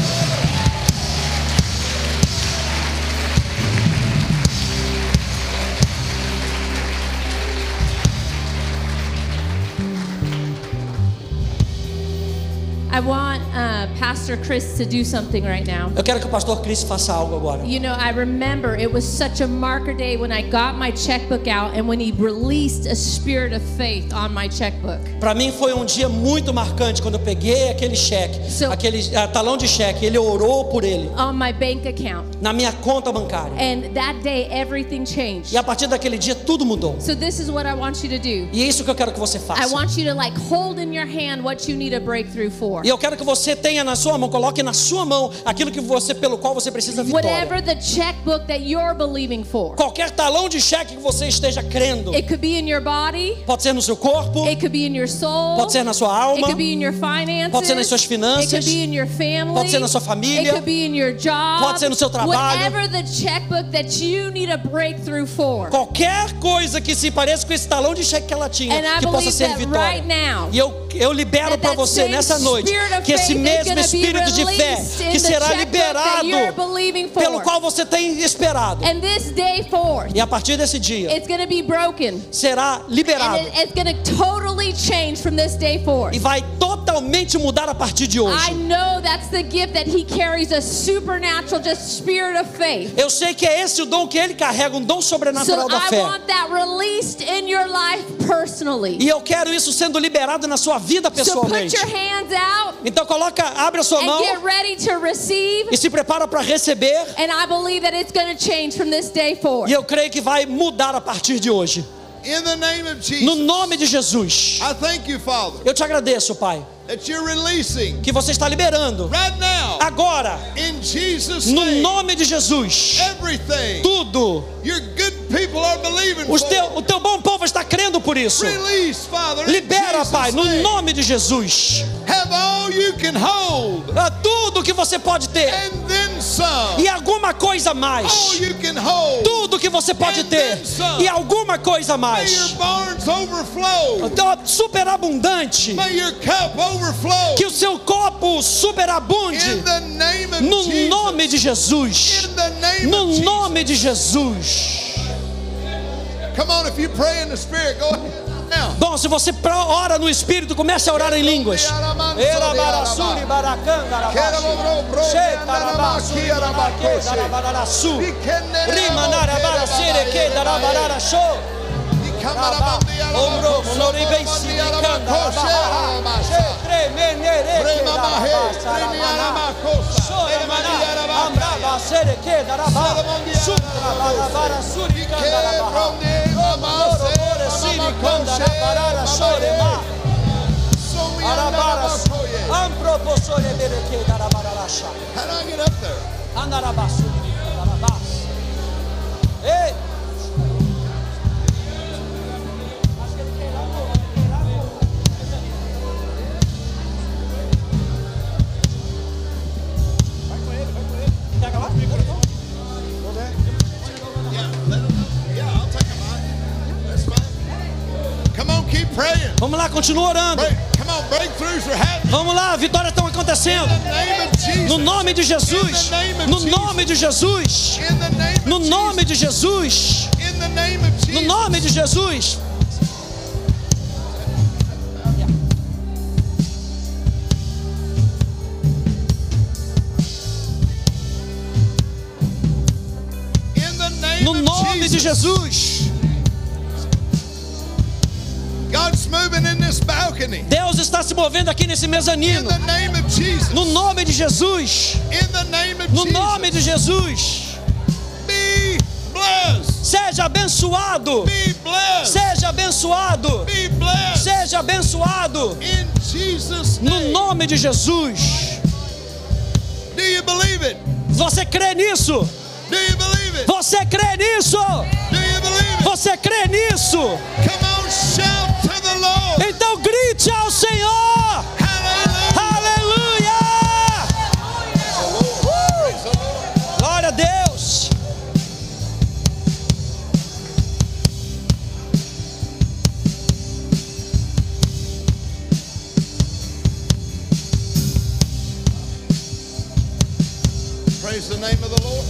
Speaker 3: I want uh, Pastor Chris to do something right now.
Speaker 2: Eu quero que o pastor Cris faça algo agora.
Speaker 3: You know, I remember it was such a marker day when I got my checkbook out and when he released a spirit of faith on my checkbook.
Speaker 2: Para mim foi um dia muito marcante quando eu peguei aquele cheque,
Speaker 3: So-
Speaker 2: aquele ah, talão de cheque, ele orou por ele
Speaker 3: On my bank account.
Speaker 2: na minha conta bancária.
Speaker 3: And that day, everything changed.
Speaker 2: E a partir daquele dia tudo mudou.
Speaker 3: So, this is what I want you to do.
Speaker 2: E é isso que eu quero que você
Speaker 3: I
Speaker 2: faça.
Speaker 3: want you to like hold in your hand what you need a breakthrough for. anymore.
Speaker 2: E eu quero que você tenha na sua mão, coloque na sua mão aquilo que você pelo qual você precisa vitória.
Speaker 3: Whatever the checkbook that you're believing for,
Speaker 2: Qualquer talão de cheque que você esteja crendo,
Speaker 3: it could be in your body,
Speaker 2: pode ser no seu corpo,
Speaker 3: it could be in your soul,
Speaker 2: pode ser na sua
Speaker 3: it
Speaker 2: alma,
Speaker 3: could be in your finances,
Speaker 2: Pode ser nas suas finanças.
Speaker 3: it could be in your family,
Speaker 2: Pode ser na sua família.
Speaker 3: it could be in your job,
Speaker 2: Pode ser no seu trabalho.
Speaker 3: whatever the checkbook that you need a breakthrough for.
Speaker 2: qualquer coisa que se pareça com esse talão de cheque que ela
Speaker 3: And
Speaker 2: tinha,
Speaker 3: I
Speaker 2: que possa
Speaker 3: believe
Speaker 2: ser
Speaker 3: that
Speaker 2: vitória.
Speaker 3: right now,
Speaker 2: E eu, eu libero
Speaker 3: that
Speaker 2: para
Speaker 3: that
Speaker 2: você
Speaker 3: same
Speaker 2: nessa noite
Speaker 3: spirit of
Speaker 2: que esse
Speaker 3: faith is
Speaker 2: mesmo
Speaker 3: gonna be
Speaker 2: espírito de fé
Speaker 3: released in
Speaker 2: que
Speaker 3: the
Speaker 2: será
Speaker 3: checkbook that
Speaker 2: liberado
Speaker 3: you're believing for.
Speaker 2: pelo qual você tem esperado.
Speaker 3: and this day forth,
Speaker 2: E a partir desse dia
Speaker 3: it's going to be broken.
Speaker 2: será
Speaker 3: And
Speaker 2: liberado
Speaker 3: it, it's going to totally change from this day forth.
Speaker 2: e vai totalmente mudar a partir de
Speaker 3: I
Speaker 2: hoje.
Speaker 3: know that's the gift that he carries a supernatural, just spirit of faith.
Speaker 2: Eu sei que é esse o dom que ele carrega, um dom
Speaker 3: So
Speaker 2: sobrenatural da
Speaker 3: I
Speaker 2: fé.
Speaker 3: want that released in your life
Speaker 2: E
Speaker 3: personally.
Speaker 2: eu quero isso sendo liberado na sua vida
Speaker 3: So put
Speaker 2: pessoalmente.
Speaker 3: your hands out
Speaker 2: Então coloca, abre a sua
Speaker 3: and
Speaker 2: mão
Speaker 3: get ready to receive.
Speaker 2: e se prepara para receber.
Speaker 3: And I believe that it's going to change from this day forth.
Speaker 2: E eu creio que vai mudar a partir de hoje.
Speaker 1: In the name of
Speaker 2: No
Speaker 1: Jesus,
Speaker 2: nome de Jesus.
Speaker 1: I thank you, Father,
Speaker 2: Eu te agradeço, Pai,
Speaker 1: that you're releasing
Speaker 2: que você está liberando
Speaker 1: right now,
Speaker 2: agora,
Speaker 1: in Jesus'
Speaker 2: no
Speaker 1: name,
Speaker 2: nome de Jesus,
Speaker 1: everything
Speaker 2: tudo.
Speaker 1: your good people are believing
Speaker 2: Os teu,
Speaker 1: for.
Speaker 2: o teu bom povo está crendo por isso.
Speaker 1: Release, Father. in
Speaker 2: Libera,
Speaker 1: Jesus'
Speaker 2: Pai, no
Speaker 1: name.
Speaker 2: nome de Jesus.
Speaker 1: Have all you can hold
Speaker 2: É tudo que você pode ter
Speaker 1: and then some.
Speaker 2: e alguma coisa a
Speaker 1: All
Speaker 3: Oh,
Speaker 2: mais.
Speaker 1: you can hold.
Speaker 2: Tudo que você pode ter e alguma coisa a
Speaker 1: May
Speaker 2: mais.
Speaker 1: your barns overflow.
Speaker 2: Então, superabundante.
Speaker 1: May your cup overflow.
Speaker 2: Que o seu copo
Speaker 1: In
Speaker 2: superabunde
Speaker 1: the name of
Speaker 2: no
Speaker 1: Jesus.
Speaker 2: nome de Jesus.
Speaker 1: In the name
Speaker 2: No
Speaker 1: of Jesus.
Speaker 2: nome de Jesus.
Speaker 1: Come on, if you pray in the Spirit, go ahead now.
Speaker 2: Bom, se você pra- ora no Espírito, comece a orar em línguas. Erabarassuri, baracã, garabaxi. Che, tarabaçuri, baraquê, darabaraçu. Rimanarabara, serequê, darabararaxô. Rabá, ombro, monoribe, siricã, darabará. Che, tremenerequê, darabá, sarabaná. Soramaná, ambraba, serequê, darabá. Sutrabarabarasuri, candarabá. Orobore, siricã, darabaraxoremá. Arabaras, Amproposorebereque, Darabararaxá,
Speaker 1: How do I get up there?
Speaker 2: Anarabaçu, Darabás. Ei! Pega lá,
Speaker 1: Yeah, I'll take a bite. That's fine. Come on, keep praying.
Speaker 2: Vamos lá, continua orando.
Speaker 1: Break, come on, breakthroughs are happening.
Speaker 2: Vamos lá, vitórias estão acontecendo.
Speaker 1: In the name of Jesus.
Speaker 2: No nome de Jesus. No nome de Jesus.
Speaker 1: In the name of
Speaker 2: No
Speaker 1: Jesus.
Speaker 2: nome de Jesus.
Speaker 1: In the name of Jesus.
Speaker 2: No nome de Jesus.
Speaker 1: In the name
Speaker 2: No
Speaker 1: of
Speaker 2: nome de
Speaker 1: Jesus.
Speaker 2: Jesus.
Speaker 1: God's moving in this balcony.
Speaker 2: Deus está se movendo aqui nesse
Speaker 1: In
Speaker 2: mezanino.
Speaker 1: the name of Jesus.
Speaker 2: No nome de Jesus.
Speaker 1: In the name of
Speaker 2: No
Speaker 1: Jesus.
Speaker 2: nome de Jesus.
Speaker 1: Be blessed.
Speaker 2: Seja abençoado.
Speaker 1: Be blessed.
Speaker 2: Seja abençoado.
Speaker 1: Be blessed.
Speaker 2: Seja abençoado.
Speaker 1: In Jesus'
Speaker 2: No
Speaker 1: name.
Speaker 2: nome de Jesus.
Speaker 1: Do you believe it?
Speaker 2: Você crê nisso?
Speaker 1: Do you believe it?
Speaker 2: Você crê nisso?
Speaker 1: Do you believe it?
Speaker 2: Você crê nisso?
Speaker 1: Come on, shout to the Lord.
Speaker 2: Então grite ao Senhor.
Speaker 1: Hallelujah.
Speaker 2: Aleluia! Glória a Deus!
Speaker 1: Praise the name of the Lord.